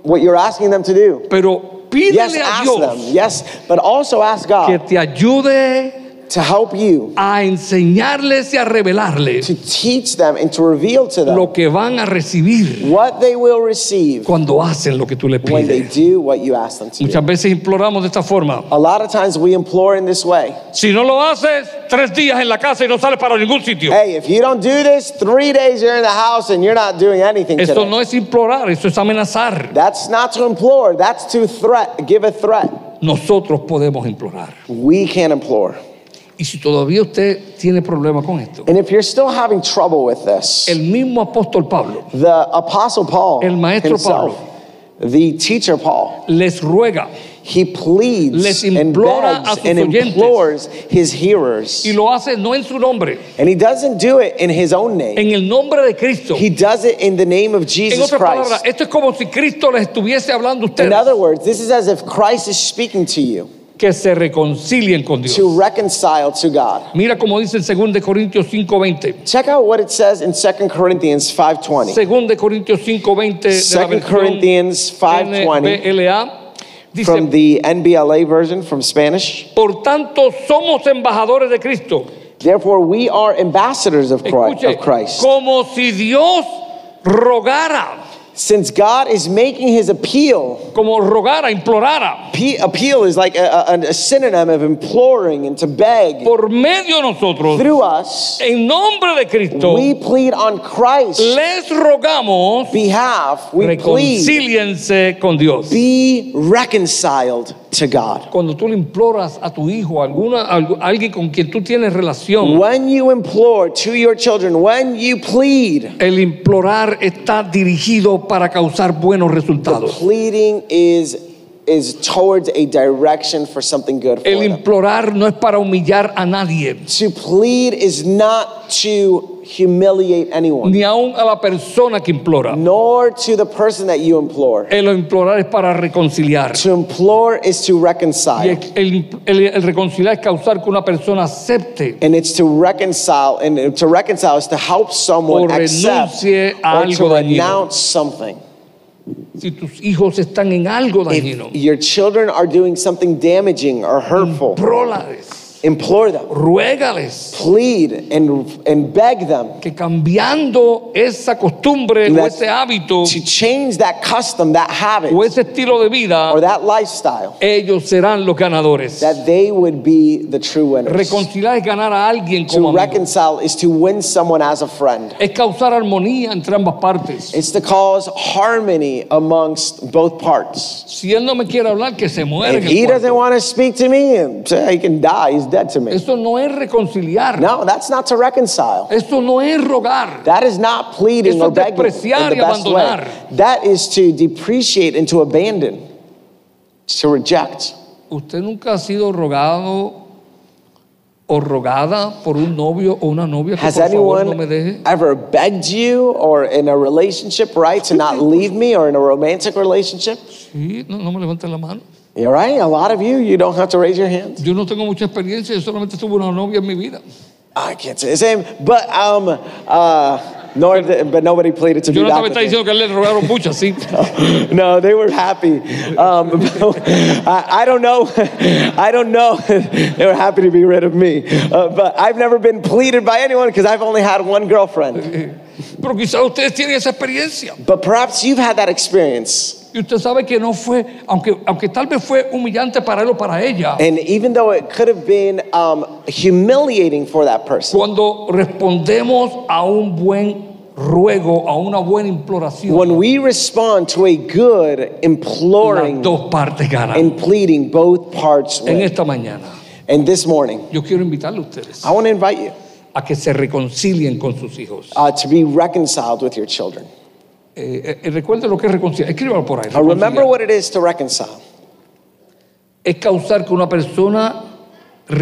[SPEAKER 3] what you're asking them to do
[SPEAKER 2] pero
[SPEAKER 3] yes
[SPEAKER 2] pídele a
[SPEAKER 3] ask them
[SPEAKER 2] Dios
[SPEAKER 3] yes but also ask
[SPEAKER 2] que
[SPEAKER 3] God
[SPEAKER 2] te ayude
[SPEAKER 3] to help you
[SPEAKER 2] a enseñarles y a revelarles
[SPEAKER 3] to teach them and to reveal to them
[SPEAKER 2] lo que van a recibir
[SPEAKER 3] what they will receive
[SPEAKER 2] cuando hacen lo que tú les
[SPEAKER 3] when they
[SPEAKER 2] pides.
[SPEAKER 3] do what you ask them to do.
[SPEAKER 2] Muchas veces imploramos de esta forma.
[SPEAKER 3] A lot of times we implore in this way
[SPEAKER 2] Si no lo haces, tres días en la casa y no sales para ningún sitio.
[SPEAKER 3] Hey, if you don't do this, three days you're in the house and you're not doing anything
[SPEAKER 2] Esto
[SPEAKER 3] today.
[SPEAKER 2] no es implorar, esto es amenazar.
[SPEAKER 3] That's not to implore, that's to threat, give a threat.
[SPEAKER 2] Nosotros podemos implorar.
[SPEAKER 3] We can implore.
[SPEAKER 2] Y si todavía usted tiene problema con esto,
[SPEAKER 3] And if you're still having trouble with this,
[SPEAKER 2] el mismo apóstol Pablo
[SPEAKER 3] the Apostle Paul
[SPEAKER 2] El maestro
[SPEAKER 3] himself, the teacher Paul,
[SPEAKER 2] les ruega
[SPEAKER 3] he pleads
[SPEAKER 2] Les
[SPEAKER 3] and
[SPEAKER 2] implora a
[SPEAKER 3] begs
[SPEAKER 2] sus
[SPEAKER 3] and
[SPEAKER 2] oyentes.
[SPEAKER 3] implores his hearers.
[SPEAKER 2] Y lo hace no en su nombre,
[SPEAKER 3] And he doesn't do it in his own name.
[SPEAKER 2] en el nombre de Cristo.
[SPEAKER 3] He does it in the name of
[SPEAKER 2] En
[SPEAKER 3] Jesus
[SPEAKER 2] otras palabras,
[SPEAKER 3] Christ.
[SPEAKER 2] esto es como si Cristo les estuviese hablando a
[SPEAKER 3] In
[SPEAKER 2] ustedes
[SPEAKER 3] other words, this is as if Christ is speaking to you
[SPEAKER 2] que se reconcilien con Dios.
[SPEAKER 3] to reconcile to God.
[SPEAKER 2] Mira como dice en 2 de Corintios 5:20.
[SPEAKER 3] Check out what it says in 2 Corinthians 5:20.
[SPEAKER 2] 2 de Corintios 5:20 de la
[SPEAKER 3] 2 Corinthians 5:20
[SPEAKER 2] NBLA dice,
[SPEAKER 3] from the NBLA version from Spanish.
[SPEAKER 2] por tanto somos embajadores de Cristo.
[SPEAKER 3] Therefore, we are ambassadors of Christ.
[SPEAKER 2] Escuche,
[SPEAKER 3] Of Christ.
[SPEAKER 2] como si Dios rogara,
[SPEAKER 3] Since God is making his appeal,
[SPEAKER 2] como rogara, implorara
[SPEAKER 3] pe- appeal is like a, a- a synonym of imploring and to beg.
[SPEAKER 2] por medio de nosotros,
[SPEAKER 3] Through us,
[SPEAKER 2] en nombre de Cristo,
[SPEAKER 3] we plead on Christ's
[SPEAKER 2] les rogamos,
[SPEAKER 3] behalf. We plead.
[SPEAKER 2] reconcíliense con Dios.
[SPEAKER 3] Be reconciled to God.
[SPEAKER 2] Cuando tú le imploras a tu hijo, a alguna, a alguien con quien tú tienes relación,
[SPEAKER 3] When you implore to your children, when you plead,
[SPEAKER 2] El implorar está dirigido para causar buenos resultados.
[SPEAKER 3] pleading is is towards a direction for something good for
[SPEAKER 2] El
[SPEAKER 3] them.
[SPEAKER 2] implorar no es para humillar a nadie,
[SPEAKER 3] To plead is not to humiliate anyone,
[SPEAKER 2] ni aun a la persona que implora.
[SPEAKER 3] nor to the person that you implore.
[SPEAKER 2] El implorar es para reconciliar.
[SPEAKER 3] To implore is to
[SPEAKER 2] Y
[SPEAKER 3] reconcile,
[SPEAKER 2] el, el- el- el reconciliar es causar que una persona acepte
[SPEAKER 3] and it's to reconcile, and to reconcile is to help someone
[SPEAKER 2] O
[SPEAKER 3] accept
[SPEAKER 2] renuncie a
[SPEAKER 3] or to
[SPEAKER 2] algo dañino.
[SPEAKER 3] renounce something.
[SPEAKER 2] si tus hijos están en algo dañino.
[SPEAKER 3] If your children are doing something damaging or hurtful,
[SPEAKER 2] Implórales,
[SPEAKER 3] implore them,
[SPEAKER 2] ruégales
[SPEAKER 3] plead, and, and beg them
[SPEAKER 2] que cambiando esa costumbre o
[SPEAKER 3] That-
[SPEAKER 2] ese hábito
[SPEAKER 3] to change that custom, that habit,
[SPEAKER 2] o ese estilo de vida,
[SPEAKER 3] or that lifestyle,
[SPEAKER 2] ellos serán los ganadores.
[SPEAKER 3] that they would be the true winners.
[SPEAKER 2] Reconciliar es ganar a alguien como amigo.
[SPEAKER 3] To reconcile is to win someone as a friend.
[SPEAKER 2] es causar armonía entre ambas partes.
[SPEAKER 3] It's to cause harmony amongst both parts.
[SPEAKER 2] Si él no me quiere hablar, que se muera. en
[SPEAKER 3] If
[SPEAKER 2] el
[SPEAKER 3] he
[SPEAKER 2] cuarto.
[SPEAKER 3] doesn't want to speak to me, he can die. He's dead to me.
[SPEAKER 2] Eso no es reconciliar.
[SPEAKER 3] No, that's not to reconcile.
[SPEAKER 2] Eso no es rogar.
[SPEAKER 3] That is not pleading
[SPEAKER 2] Eso
[SPEAKER 3] or
[SPEAKER 2] es
[SPEAKER 3] begging in
[SPEAKER 2] despreciar
[SPEAKER 3] the
[SPEAKER 2] y
[SPEAKER 3] best way.
[SPEAKER 2] abandonar.
[SPEAKER 3] That is to depreciate and to abandon, to reject.
[SPEAKER 2] Usted nunca ha sido rogado o rogada por un novio o una novia que
[SPEAKER 3] Has
[SPEAKER 2] por favor no me
[SPEAKER 3] anyone
[SPEAKER 2] deje.
[SPEAKER 3] ever begged you or in a relationship, right, to not leave me or in a romantic relationship?
[SPEAKER 2] Sí, no, no me levanten la mano.
[SPEAKER 3] You're right. A lot of you, you don't have to raise your hands.
[SPEAKER 2] Yo no tengo mucha experiencia, yo solamente tuve una novia en mi vida.
[SPEAKER 3] I can't say the same, but um, uh, nor but nobody pleaded to be
[SPEAKER 2] Yo no
[SPEAKER 3] back
[SPEAKER 2] estaba
[SPEAKER 3] with
[SPEAKER 2] está
[SPEAKER 3] me.
[SPEAKER 2] diciendo que a él le rogaron muchas, sí.
[SPEAKER 3] no, they were happy. Um, I, I don't know. I don't know. they were happy to be rid of me. Uh, but I've never been pleaded by anyone because I've only had one girlfriend.
[SPEAKER 2] Pero quizás ustedes tienen esa experiencia.
[SPEAKER 3] But perhaps you've had that experience.
[SPEAKER 2] Y usted sabe que no fue, aunque, aunque tal vez fue humillante para él o para ella,
[SPEAKER 3] And even though it could have been um, humiliating for that person,
[SPEAKER 2] cuando respondemos a un buen ruego, a una buena imploración,
[SPEAKER 3] when we respond to a good,
[SPEAKER 2] las
[SPEAKER 3] imploring,
[SPEAKER 2] dos partes ganan.
[SPEAKER 3] and pleading, both parts
[SPEAKER 2] En
[SPEAKER 3] win.
[SPEAKER 2] esta mañana,
[SPEAKER 3] And this morning,
[SPEAKER 2] yo quiero invitarle a ustedes
[SPEAKER 3] I want to invite you
[SPEAKER 2] a que se reconcilien con sus hijos.
[SPEAKER 3] uh, to be reconciled with your children.
[SPEAKER 2] Eh, eh, recuerde lo que es reconciliar. Escríbalo por ahí.
[SPEAKER 3] Uh, remember
[SPEAKER 2] reconciliar.
[SPEAKER 3] what it is to reconcile.
[SPEAKER 2] Es causar que una persona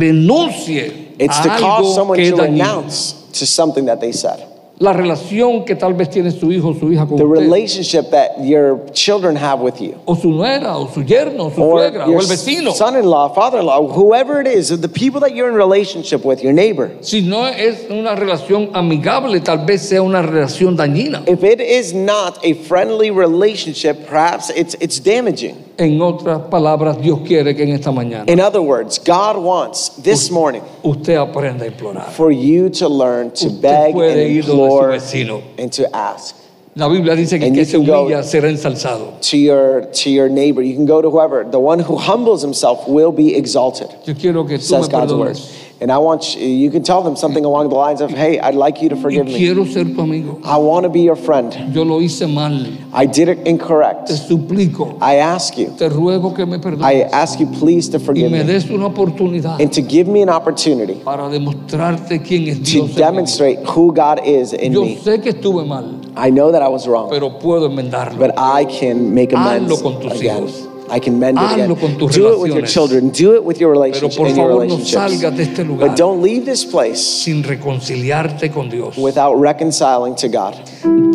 [SPEAKER 2] renuncie
[SPEAKER 3] It's to
[SPEAKER 2] a
[SPEAKER 3] cause
[SPEAKER 2] algo
[SPEAKER 3] someone
[SPEAKER 2] que es
[SPEAKER 3] to
[SPEAKER 2] dañino.
[SPEAKER 3] renounce to something that they said.
[SPEAKER 2] La relación que tal vez tiene su hijo o su hija con
[SPEAKER 3] The
[SPEAKER 2] usted,
[SPEAKER 3] relationship that your children have with you,
[SPEAKER 2] o su nuera, o su yerno, o su
[SPEAKER 3] or
[SPEAKER 2] suegra, o
[SPEAKER 3] your
[SPEAKER 2] el vecino.
[SPEAKER 3] son-in-law, father-in-law, whoever it is, the people that you're in relationship with, your neighbor.
[SPEAKER 2] Si no es una relación amigable, tal vez sea una relación dañina.
[SPEAKER 3] If it is not a friendly relationship, perhaps it's it's damaging.
[SPEAKER 2] En otras palabras, Dios quiere que en esta mañana
[SPEAKER 3] In other words, God wants this morning
[SPEAKER 2] usted aprenda a implorar.
[SPEAKER 3] for you to learn to
[SPEAKER 2] Usted
[SPEAKER 3] beg and
[SPEAKER 2] puede ir donde su
[SPEAKER 3] implore
[SPEAKER 2] vecino.
[SPEAKER 3] and to ask
[SPEAKER 2] La Biblia dice que el
[SPEAKER 3] And
[SPEAKER 2] que
[SPEAKER 3] you
[SPEAKER 2] se
[SPEAKER 3] can go-
[SPEAKER 2] humilla será ensalzado.
[SPEAKER 3] to your to your neighbor. You can go to whoever. The one who humbles himself will be exalted.
[SPEAKER 2] Yo quiero que tú me
[SPEAKER 3] says God's word.
[SPEAKER 2] perdones.
[SPEAKER 3] And I want you, you can tell them something along the lines of, hey, I'd like you to
[SPEAKER 2] Y
[SPEAKER 3] forgive me.
[SPEAKER 2] quiero ser tu amigo.
[SPEAKER 3] I want to be your friend.
[SPEAKER 2] Yo lo hice mal.
[SPEAKER 3] I did it incorrect.
[SPEAKER 2] Te suplico.
[SPEAKER 3] I ask you.
[SPEAKER 2] Te ruego que me
[SPEAKER 3] I
[SPEAKER 2] perdones.
[SPEAKER 3] ask you, please, to
[SPEAKER 2] Y
[SPEAKER 3] forgive
[SPEAKER 2] me
[SPEAKER 3] me
[SPEAKER 2] des una oportunidad
[SPEAKER 3] and to give me an opportunity
[SPEAKER 2] para demostrarte quién es
[SPEAKER 3] to
[SPEAKER 2] Dios. en mí.
[SPEAKER 3] demonstrate who God is in
[SPEAKER 2] Yo
[SPEAKER 3] me.
[SPEAKER 2] sé que estuve mal,
[SPEAKER 3] I know that I was wrong,
[SPEAKER 2] pero puedo enmendarlo.
[SPEAKER 3] but I can make
[SPEAKER 2] Hazlo
[SPEAKER 3] amends
[SPEAKER 2] con tus
[SPEAKER 3] again.
[SPEAKER 2] hijos.
[SPEAKER 3] I can mend it again.
[SPEAKER 2] Hazlo con tus
[SPEAKER 3] Do it with your
[SPEAKER 2] relaciones.
[SPEAKER 3] children. Do it with your
[SPEAKER 2] Pero
[SPEAKER 3] relationships.
[SPEAKER 2] por
[SPEAKER 3] in your
[SPEAKER 2] favor no
[SPEAKER 3] relationships.
[SPEAKER 2] salgas de este lugar
[SPEAKER 3] But don't leave this place
[SPEAKER 2] sin reconciliarte con Dios.
[SPEAKER 3] without reconciling to God.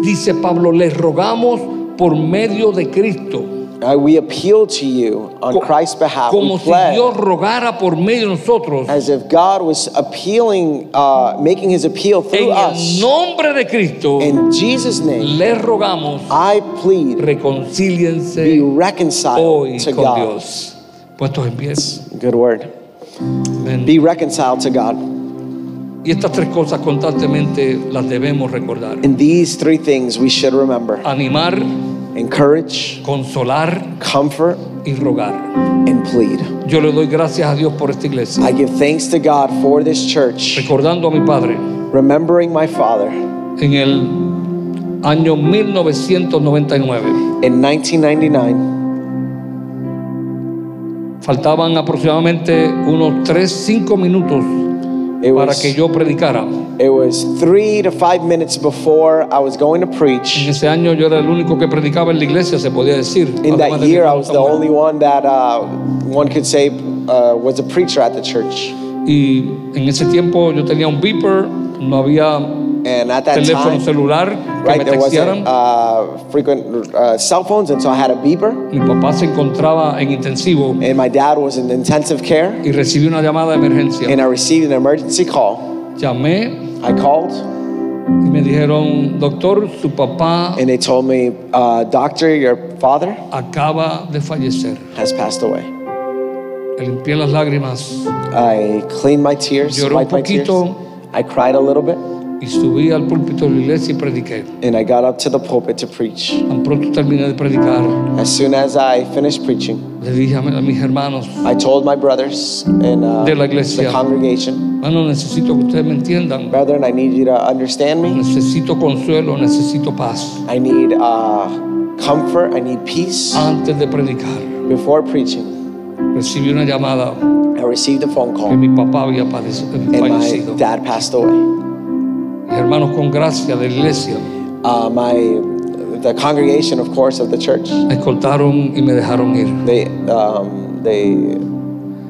[SPEAKER 2] Dice Pablo, les rogamos por medio de Cristo,
[SPEAKER 3] Uh, we appeal to you on Christ's behalf.
[SPEAKER 2] como
[SPEAKER 3] We
[SPEAKER 2] si
[SPEAKER 3] plead
[SPEAKER 2] Dios rogara por medio de nosotros,
[SPEAKER 3] as if God was appealing, uh, making his appeal
[SPEAKER 2] en el
[SPEAKER 3] through us.
[SPEAKER 2] nombre de Cristo,
[SPEAKER 3] In Jesus' name,
[SPEAKER 2] les rogamos,
[SPEAKER 3] I plead be
[SPEAKER 2] reconcíliense
[SPEAKER 3] reconciled
[SPEAKER 2] hoy
[SPEAKER 3] to
[SPEAKER 2] con
[SPEAKER 3] God.
[SPEAKER 2] Dios. Puestos en pie.
[SPEAKER 3] Good word.
[SPEAKER 2] Amén.
[SPEAKER 3] Be reconciled to God.
[SPEAKER 2] Y estas tres cosas constantemente las debemos recordar.
[SPEAKER 3] And these three things we should remember
[SPEAKER 2] Animar,
[SPEAKER 3] encourage,
[SPEAKER 2] consolar
[SPEAKER 3] comfort,
[SPEAKER 2] y rogar.
[SPEAKER 3] and plead.
[SPEAKER 2] Yo le doy gracias a Dios por esta iglesia.
[SPEAKER 3] I give thanks to God for this church,
[SPEAKER 2] Recordando a mi padre,
[SPEAKER 3] remembering my father. In
[SPEAKER 2] en el año 1999
[SPEAKER 3] 1999,
[SPEAKER 2] faltaban aproximadamente unos 3, 5 minutos
[SPEAKER 3] it
[SPEAKER 2] para que
[SPEAKER 3] was,
[SPEAKER 2] yo predicara.
[SPEAKER 3] it was three to five minutes before I was going to
[SPEAKER 2] En
[SPEAKER 3] preach.
[SPEAKER 2] ese año yo era el único que predicaba en la iglesia, se podía decir.
[SPEAKER 3] In
[SPEAKER 2] Además
[SPEAKER 3] that
[SPEAKER 2] de
[SPEAKER 3] year,
[SPEAKER 2] mi
[SPEAKER 3] I was the
[SPEAKER 2] hermano
[SPEAKER 3] only one that uh, one could say uh, was a preacher at the church.
[SPEAKER 2] Samuel. Y en ese tiempo yo tenía un beeper, no había
[SPEAKER 3] And at that
[SPEAKER 2] teléfono
[SPEAKER 3] time,
[SPEAKER 2] celular que
[SPEAKER 3] right,
[SPEAKER 2] me
[SPEAKER 3] there
[SPEAKER 2] textearan.
[SPEAKER 3] wasn't uh, frequent uh, cell phones, and so I had a beeper.
[SPEAKER 2] Mi papá se encontraba en intensivo
[SPEAKER 3] And my dad was in intensive care,
[SPEAKER 2] y recibí una llamada de emergencia.
[SPEAKER 3] and I received an emergency call.
[SPEAKER 2] Llamé
[SPEAKER 3] I called,
[SPEAKER 2] y me dijeron, doctor, su papá
[SPEAKER 3] and they told me, uh, Doctor, your father
[SPEAKER 2] acaba de fallecer.
[SPEAKER 3] has passed away.
[SPEAKER 2] Le limpié las lágrimas
[SPEAKER 3] I cleaned my tears,
[SPEAKER 2] Lloró un
[SPEAKER 3] wiped my tears.
[SPEAKER 2] poquito.
[SPEAKER 3] I cried a little bit,
[SPEAKER 2] y subí al púlpito de la iglesia y prediqué.
[SPEAKER 3] and I got up to the pulpit to preach.
[SPEAKER 2] Tan pronto terminé de predicar,
[SPEAKER 3] As soon as I finished preaching,
[SPEAKER 2] le dije a mi- a mis hermanos,
[SPEAKER 3] I told my brothers in uh,
[SPEAKER 2] De la iglesia.
[SPEAKER 3] the congregation,
[SPEAKER 2] hermano, necesito que ustedes me entiendan.
[SPEAKER 3] brethren, I need you to understand me.
[SPEAKER 2] Necesito consuelo, necesito paz
[SPEAKER 3] I need uh, comfort. I need peace.
[SPEAKER 2] antes de predicar.
[SPEAKER 3] Before preaching,
[SPEAKER 2] Recibí una llamada
[SPEAKER 3] I received a phone
[SPEAKER 2] que
[SPEAKER 3] call,
[SPEAKER 2] mi papá había padec-
[SPEAKER 3] and
[SPEAKER 2] fallecido.
[SPEAKER 3] my dad passed away.
[SPEAKER 2] Mis hermanos con gracia de la iglesia
[SPEAKER 3] Uh, my the congregation, of course, of the church,
[SPEAKER 2] me escoltaron y me dejaron ir.
[SPEAKER 3] they um, they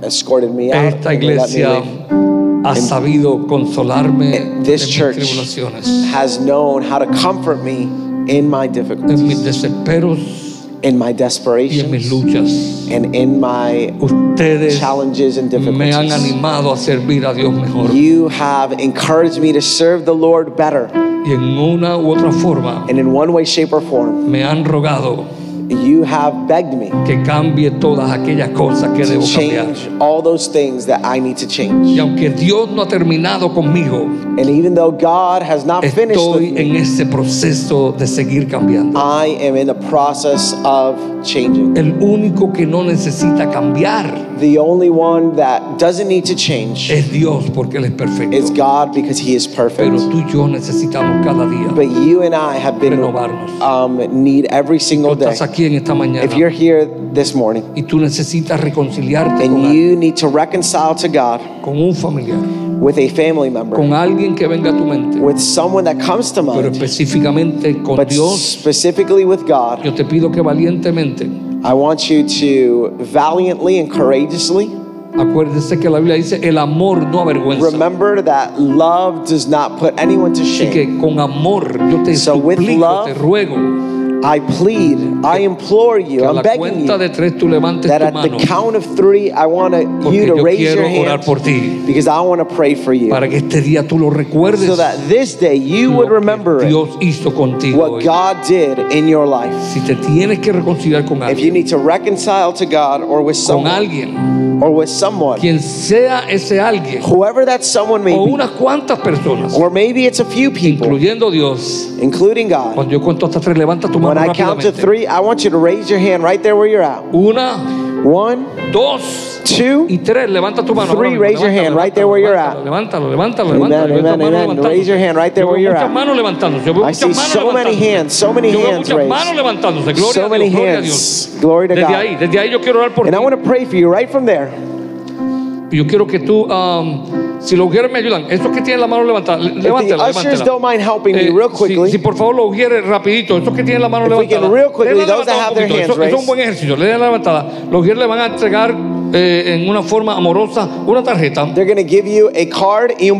[SPEAKER 3] escorted me out.
[SPEAKER 2] Esta
[SPEAKER 3] and they let me
[SPEAKER 2] iglesia
[SPEAKER 3] leave.
[SPEAKER 2] ha sabido consolarme en
[SPEAKER 3] And
[SPEAKER 2] mis
[SPEAKER 3] this church
[SPEAKER 2] tribulaciones,
[SPEAKER 3] has known how to comfort me in my
[SPEAKER 2] en mis
[SPEAKER 3] difficulties,
[SPEAKER 2] desesperos
[SPEAKER 3] in my
[SPEAKER 2] y en mis
[SPEAKER 3] desperation,
[SPEAKER 2] luchas.
[SPEAKER 3] and in my
[SPEAKER 2] Ustedes
[SPEAKER 3] challenges and
[SPEAKER 2] me han
[SPEAKER 3] difficulties.
[SPEAKER 2] animado a servir a Dios mejor
[SPEAKER 3] You have encouraged me to serve the Lord better,
[SPEAKER 2] y en una u otra forma
[SPEAKER 3] and in one way, shape, or form,
[SPEAKER 2] me han rogado
[SPEAKER 3] you have begged me
[SPEAKER 2] que cambie todas aquellas cosas que
[SPEAKER 3] to
[SPEAKER 2] debo cambiar.
[SPEAKER 3] change all those things that I need to
[SPEAKER 2] Y
[SPEAKER 3] change.
[SPEAKER 2] aunque Dios no ha terminado conmigo,
[SPEAKER 3] And even though God has not finished with
[SPEAKER 2] estoy en
[SPEAKER 3] me,
[SPEAKER 2] ese proceso de seguir cambiando.
[SPEAKER 3] I am in the process of changing.
[SPEAKER 2] El único que no necesita cambiar
[SPEAKER 3] The only one that doesn't need to change
[SPEAKER 2] es Dios porque Él es
[SPEAKER 3] is
[SPEAKER 2] perfecto.
[SPEAKER 3] God because He is
[SPEAKER 2] Pero
[SPEAKER 3] perfect.
[SPEAKER 2] tú y yo necesitamos cada día.
[SPEAKER 3] But you and I have been
[SPEAKER 2] Renovarnos.
[SPEAKER 3] um, need every
[SPEAKER 2] Tú
[SPEAKER 3] single day.
[SPEAKER 2] estás aquí en esta
[SPEAKER 3] If you're
[SPEAKER 2] mañana
[SPEAKER 3] here this morning
[SPEAKER 2] y tú necesitas reconciliarte con,
[SPEAKER 3] and
[SPEAKER 2] alguien,
[SPEAKER 3] you need to reconcile to God
[SPEAKER 2] con un familiar,
[SPEAKER 3] with a family member,
[SPEAKER 2] con alguien que venga a tu mente,
[SPEAKER 3] with someone that comes to
[SPEAKER 2] pero
[SPEAKER 3] mind,
[SPEAKER 2] específicamente con
[SPEAKER 3] but
[SPEAKER 2] Dios,
[SPEAKER 3] specifically with God,
[SPEAKER 2] yo te pido que valientemente,
[SPEAKER 3] I want you to valiantly and courageously
[SPEAKER 2] acuérdese que la Biblia dice, el amor no avergüenza.
[SPEAKER 3] remember that love does not put anyone to
[SPEAKER 2] Así
[SPEAKER 3] shame.
[SPEAKER 2] que con amor yo te
[SPEAKER 3] So with
[SPEAKER 2] suplico,
[SPEAKER 3] love,
[SPEAKER 2] te ruego
[SPEAKER 3] I plead, I implore you,
[SPEAKER 2] que a
[SPEAKER 3] I'm
[SPEAKER 2] la
[SPEAKER 3] begging
[SPEAKER 2] cuenta de
[SPEAKER 3] you
[SPEAKER 2] tres tú levantes
[SPEAKER 3] that
[SPEAKER 2] tu
[SPEAKER 3] at the
[SPEAKER 2] mano
[SPEAKER 3] count of three, I want you
[SPEAKER 2] porque
[SPEAKER 3] to
[SPEAKER 2] yo
[SPEAKER 3] raise your
[SPEAKER 2] quiero orar
[SPEAKER 3] hand
[SPEAKER 2] por ti
[SPEAKER 3] because I want to pray for you.
[SPEAKER 2] para que este día tú lo recuerdes
[SPEAKER 3] so that this day you
[SPEAKER 2] lo
[SPEAKER 3] would
[SPEAKER 2] que
[SPEAKER 3] remember it,
[SPEAKER 2] Dios hizo contigo
[SPEAKER 3] what
[SPEAKER 2] hoy.
[SPEAKER 3] God did in your life.
[SPEAKER 2] si te tienes que reconciliar con
[SPEAKER 3] If you
[SPEAKER 2] alguien
[SPEAKER 3] need to reconcile to God or with
[SPEAKER 2] con
[SPEAKER 3] someone,
[SPEAKER 2] alguien
[SPEAKER 3] or with someone,
[SPEAKER 2] quien sea ese alguien
[SPEAKER 3] whoever that someone may
[SPEAKER 2] o
[SPEAKER 3] be,
[SPEAKER 2] unas cuantas personas
[SPEAKER 3] or maybe it's a few people,
[SPEAKER 2] incluyendo Dios
[SPEAKER 3] including God.
[SPEAKER 2] cuando yo cuento hasta tres levanta tu
[SPEAKER 3] When
[SPEAKER 2] mano
[SPEAKER 3] I count to
[SPEAKER 2] rápidamente
[SPEAKER 3] three, I want you to raise your hand right there where you're at.
[SPEAKER 2] una
[SPEAKER 3] One,
[SPEAKER 2] dos
[SPEAKER 3] two,
[SPEAKER 2] y tres levanta tu mano
[SPEAKER 3] Three,
[SPEAKER 2] ahora mismo.
[SPEAKER 3] raise your
[SPEAKER 2] Levántala,
[SPEAKER 3] hand right
[SPEAKER 2] levántala,
[SPEAKER 3] there where you're
[SPEAKER 2] levántala, levántala
[SPEAKER 3] at.
[SPEAKER 2] levántala
[SPEAKER 3] Amen,
[SPEAKER 2] levántala Yo veo muchas
[SPEAKER 3] amen,
[SPEAKER 2] manos
[SPEAKER 3] amen.
[SPEAKER 2] levantándose.
[SPEAKER 3] Raise your hand right there
[SPEAKER 2] Yo veo
[SPEAKER 3] where you're
[SPEAKER 2] muchas
[SPEAKER 3] at.
[SPEAKER 2] manos levantándose yo veo
[SPEAKER 3] I
[SPEAKER 2] muchas
[SPEAKER 3] see
[SPEAKER 2] manos
[SPEAKER 3] so many
[SPEAKER 2] levantándose.
[SPEAKER 3] hands, so many
[SPEAKER 2] yo veo
[SPEAKER 3] hands
[SPEAKER 2] muchas
[SPEAKER 3] raised.
[SPEAKER 2] manos levantándose gloria
[SPEAKER 3] So
[SPEAKER 2] a
[SPEAKER 3] many
[SPEAKER 2] Dios gloria a
[SPEAKER 3] hands.
[SPEAKER 2] Dios
[SPEAKER 3] Glory to
[SPEAKER 2] desde
[SPEAKER 3] God.
[SPEAKER 2] ahí desde ahí yo quiero orar por
[SPEAKER 3] and
[SPEAKER 2] ti
[SPEAKER 3] I want to pray for you right from there.
[SPEAKER 2] Yo quiero que tú am, Si los ujieres me ayudan, esos que tienen la mano levantada, le-
[SPEAKER 3] If the
[SPEAKER 2] levántela,
[SPEAKER 3] ushers
[SPEAKER 2] levántela.
[SPEAKER 3] don't mind helping me
[SPEAKER 2] Eh,
[SPEAKER 3] real
[SPEAKER 2] si-
[SPEAKER 3] quickly,
[SPEAKER 2] si, por favor los ujieres rapidito, esos que tienen la mano
[SPEAKER 3] If we can
[SPEAKER 2] levantada.
[SPEAKER 3] real quickly,
[SPEAKER 2] denle la
[SPEAKER 3] those that
[SPEAKER 2] levantada
[SPEAKER 3] have
[SPEAKER 2] un
[SPEAKER 3] their
[SPEAKER 2] poquito.
[SPEAKER 3] hands
[SPEAKER 2] Eso- eso es un
[SPEAKER 3] raised.
[SPEAKER 2] buen ejercicio, le den la levantada. Los ujieres le van a entregar eh, en una forma amorosa una tarjeta.
[SPEAKER 3] they're going to give you a card y un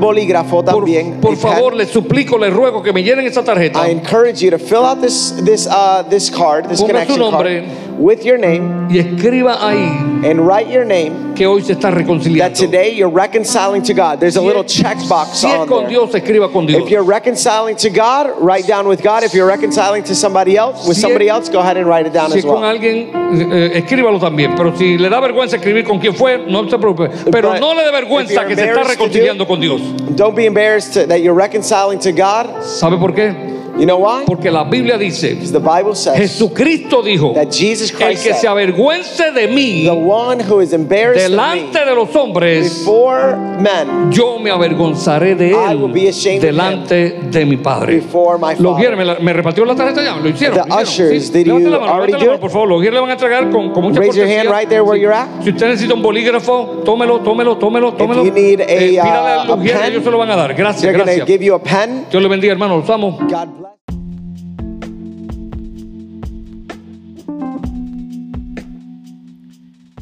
[SPEAKER 2] Por,
[SPEAKER 3] bolígrafo también.
[SPEAKER 2] por
[SPEAKER 3] If had-
[SPEAKER 2] favor, les suplico, les ruego que me llenen esa tarjeta.
[SPEAKER 3] I encourage you to fill out this this uh, this card, this
[SPEAKER 2] Ponga su
[SPEAKER 3] connection
[SPEAKER 2] nombre.
[SPEAKER 3] card, with your name
[SPEAKER 2] y escriba ahí
[SPEAKER 3] and write your name
[SPEAKER 2] que hoy se está
[SPEAKER 3] that
[SPEAKER 2] reconciliando.
[SPEAKER 3] today you're reconciling to God. There's a little
[SPEAKER 2] Si es-
[SPEAKER 3] checkbox
[SPEAKER 2] si es
[SPEAKER 3] on
[SPEAKER 2] con
[SPEAKER 3] there.
[SPEAKER 2] Dios, escriba con Dios.
[SPEAKER 3] If you're reconciling to God, write down with God. If you're reconciling to somebody else, with
[SPEAKER 2] Si es-
[SPEAKER 3] somebody else, go ahead and write it down
[SPEAKER 2] Si es
[SPEAKER 3] as
[SPEAKER 2] con
[SPEAKER 3] well.
[SPEAKER 2] alguien, eh, escríbalo también. Pero si le da vergüenza escribir con quién fue, no se preocupe. Pero
[SPEAKER 3] But
[SPEAKER 2] no le dé
[SPEAKER 3] if
[SPEAKER 2] vergüenza
[SPEAKER 3] you're
[SPEAKER 2] que se está
[SPEAKER 3] embarrassed to do-
[SPEAKER 2] reconciliando con Dios.
[SPEAKER 3] Don't be embarrassed to- that you're reconciling to God.
[SPEAKER 2] ¿Sabe por qué?
[SPEAKER 3] You know why?
[SPEAKER 2] Porque la Biblia dice,
[SPEAKER 3] Because the Bible says
[SPEAKER 2] Jesucristo dijo,
[SPEAKER 3] that Jesus
[SPEAKER 2] el
[SPEAKER 3] Christ
[SPEAKER 2] que se
[SPEAKER 3] said,
[SPEAKER 2] avergüence de mí
[SPEAKER 3] the one who is embarrassed of me
[SPEAKER 2] delante de los hombres,
[SPEAKER 3] before men,
[SPEAKER 2] yo me avergonzaré de
[SPEAKER 3] I will be
[SPEAKER 2] él
[SPEAKER 3] ashamed of
[SPEAKER 2] delante de mi Padre.
[SPEAKER 3] before my
[SPEAKER 2] Los
[SPEAKER 3] Father.
[SPEAKER 2] quieren, me, la- me repartió la tarjeta ya, lo hicieron.
[SPEAKER 3] The
[SPEAKER 2] lo hicieron,
[SPEAKER 3] ushers,
[SPEAKER 2] sí.
[SPEAKER 3] did you
[SPEAKER 2] Levante la mano, levante
[SPEAKER 3] already
[SPEAKER 2] la
[SPEAKER 3] do
[SPEAKER 2] mano,
[SPEAKER 3] it?
[SPEAKER 2] por favor. Los quieren le van a entregar con, con mucha
[SPEAKER 3] Raise your
[SPEAKER 2] cortesía.
[SPEAKER 3] hand right there where
[SPEAKER 2] si,
[SPEAKER 3] you're at.
[SPEAKER 2] si usted necesita un bolígrafo, tómelo, tómelo, tómelo, tómelo.
[SPEAKER 3] you need a,
[SPEAKER 2] Eh,
[SPEAKER 3] uh,
[SPEAKER 2] pídale a
[SPEAKER 3] a
[SPEAKER 2] los quieren,
[SPEAKER 3] pen,
[SPEAKER 2] ellos se lo van a dar. Gracias,
[SPEAKER 3] They're going to
[SPEAKER 2] gracias.
[SPEAKER 3] give you a pen.
[SPEAKER 2] Dios le bendiga, hermano, los amo.
[SPEAKER 3] God bless.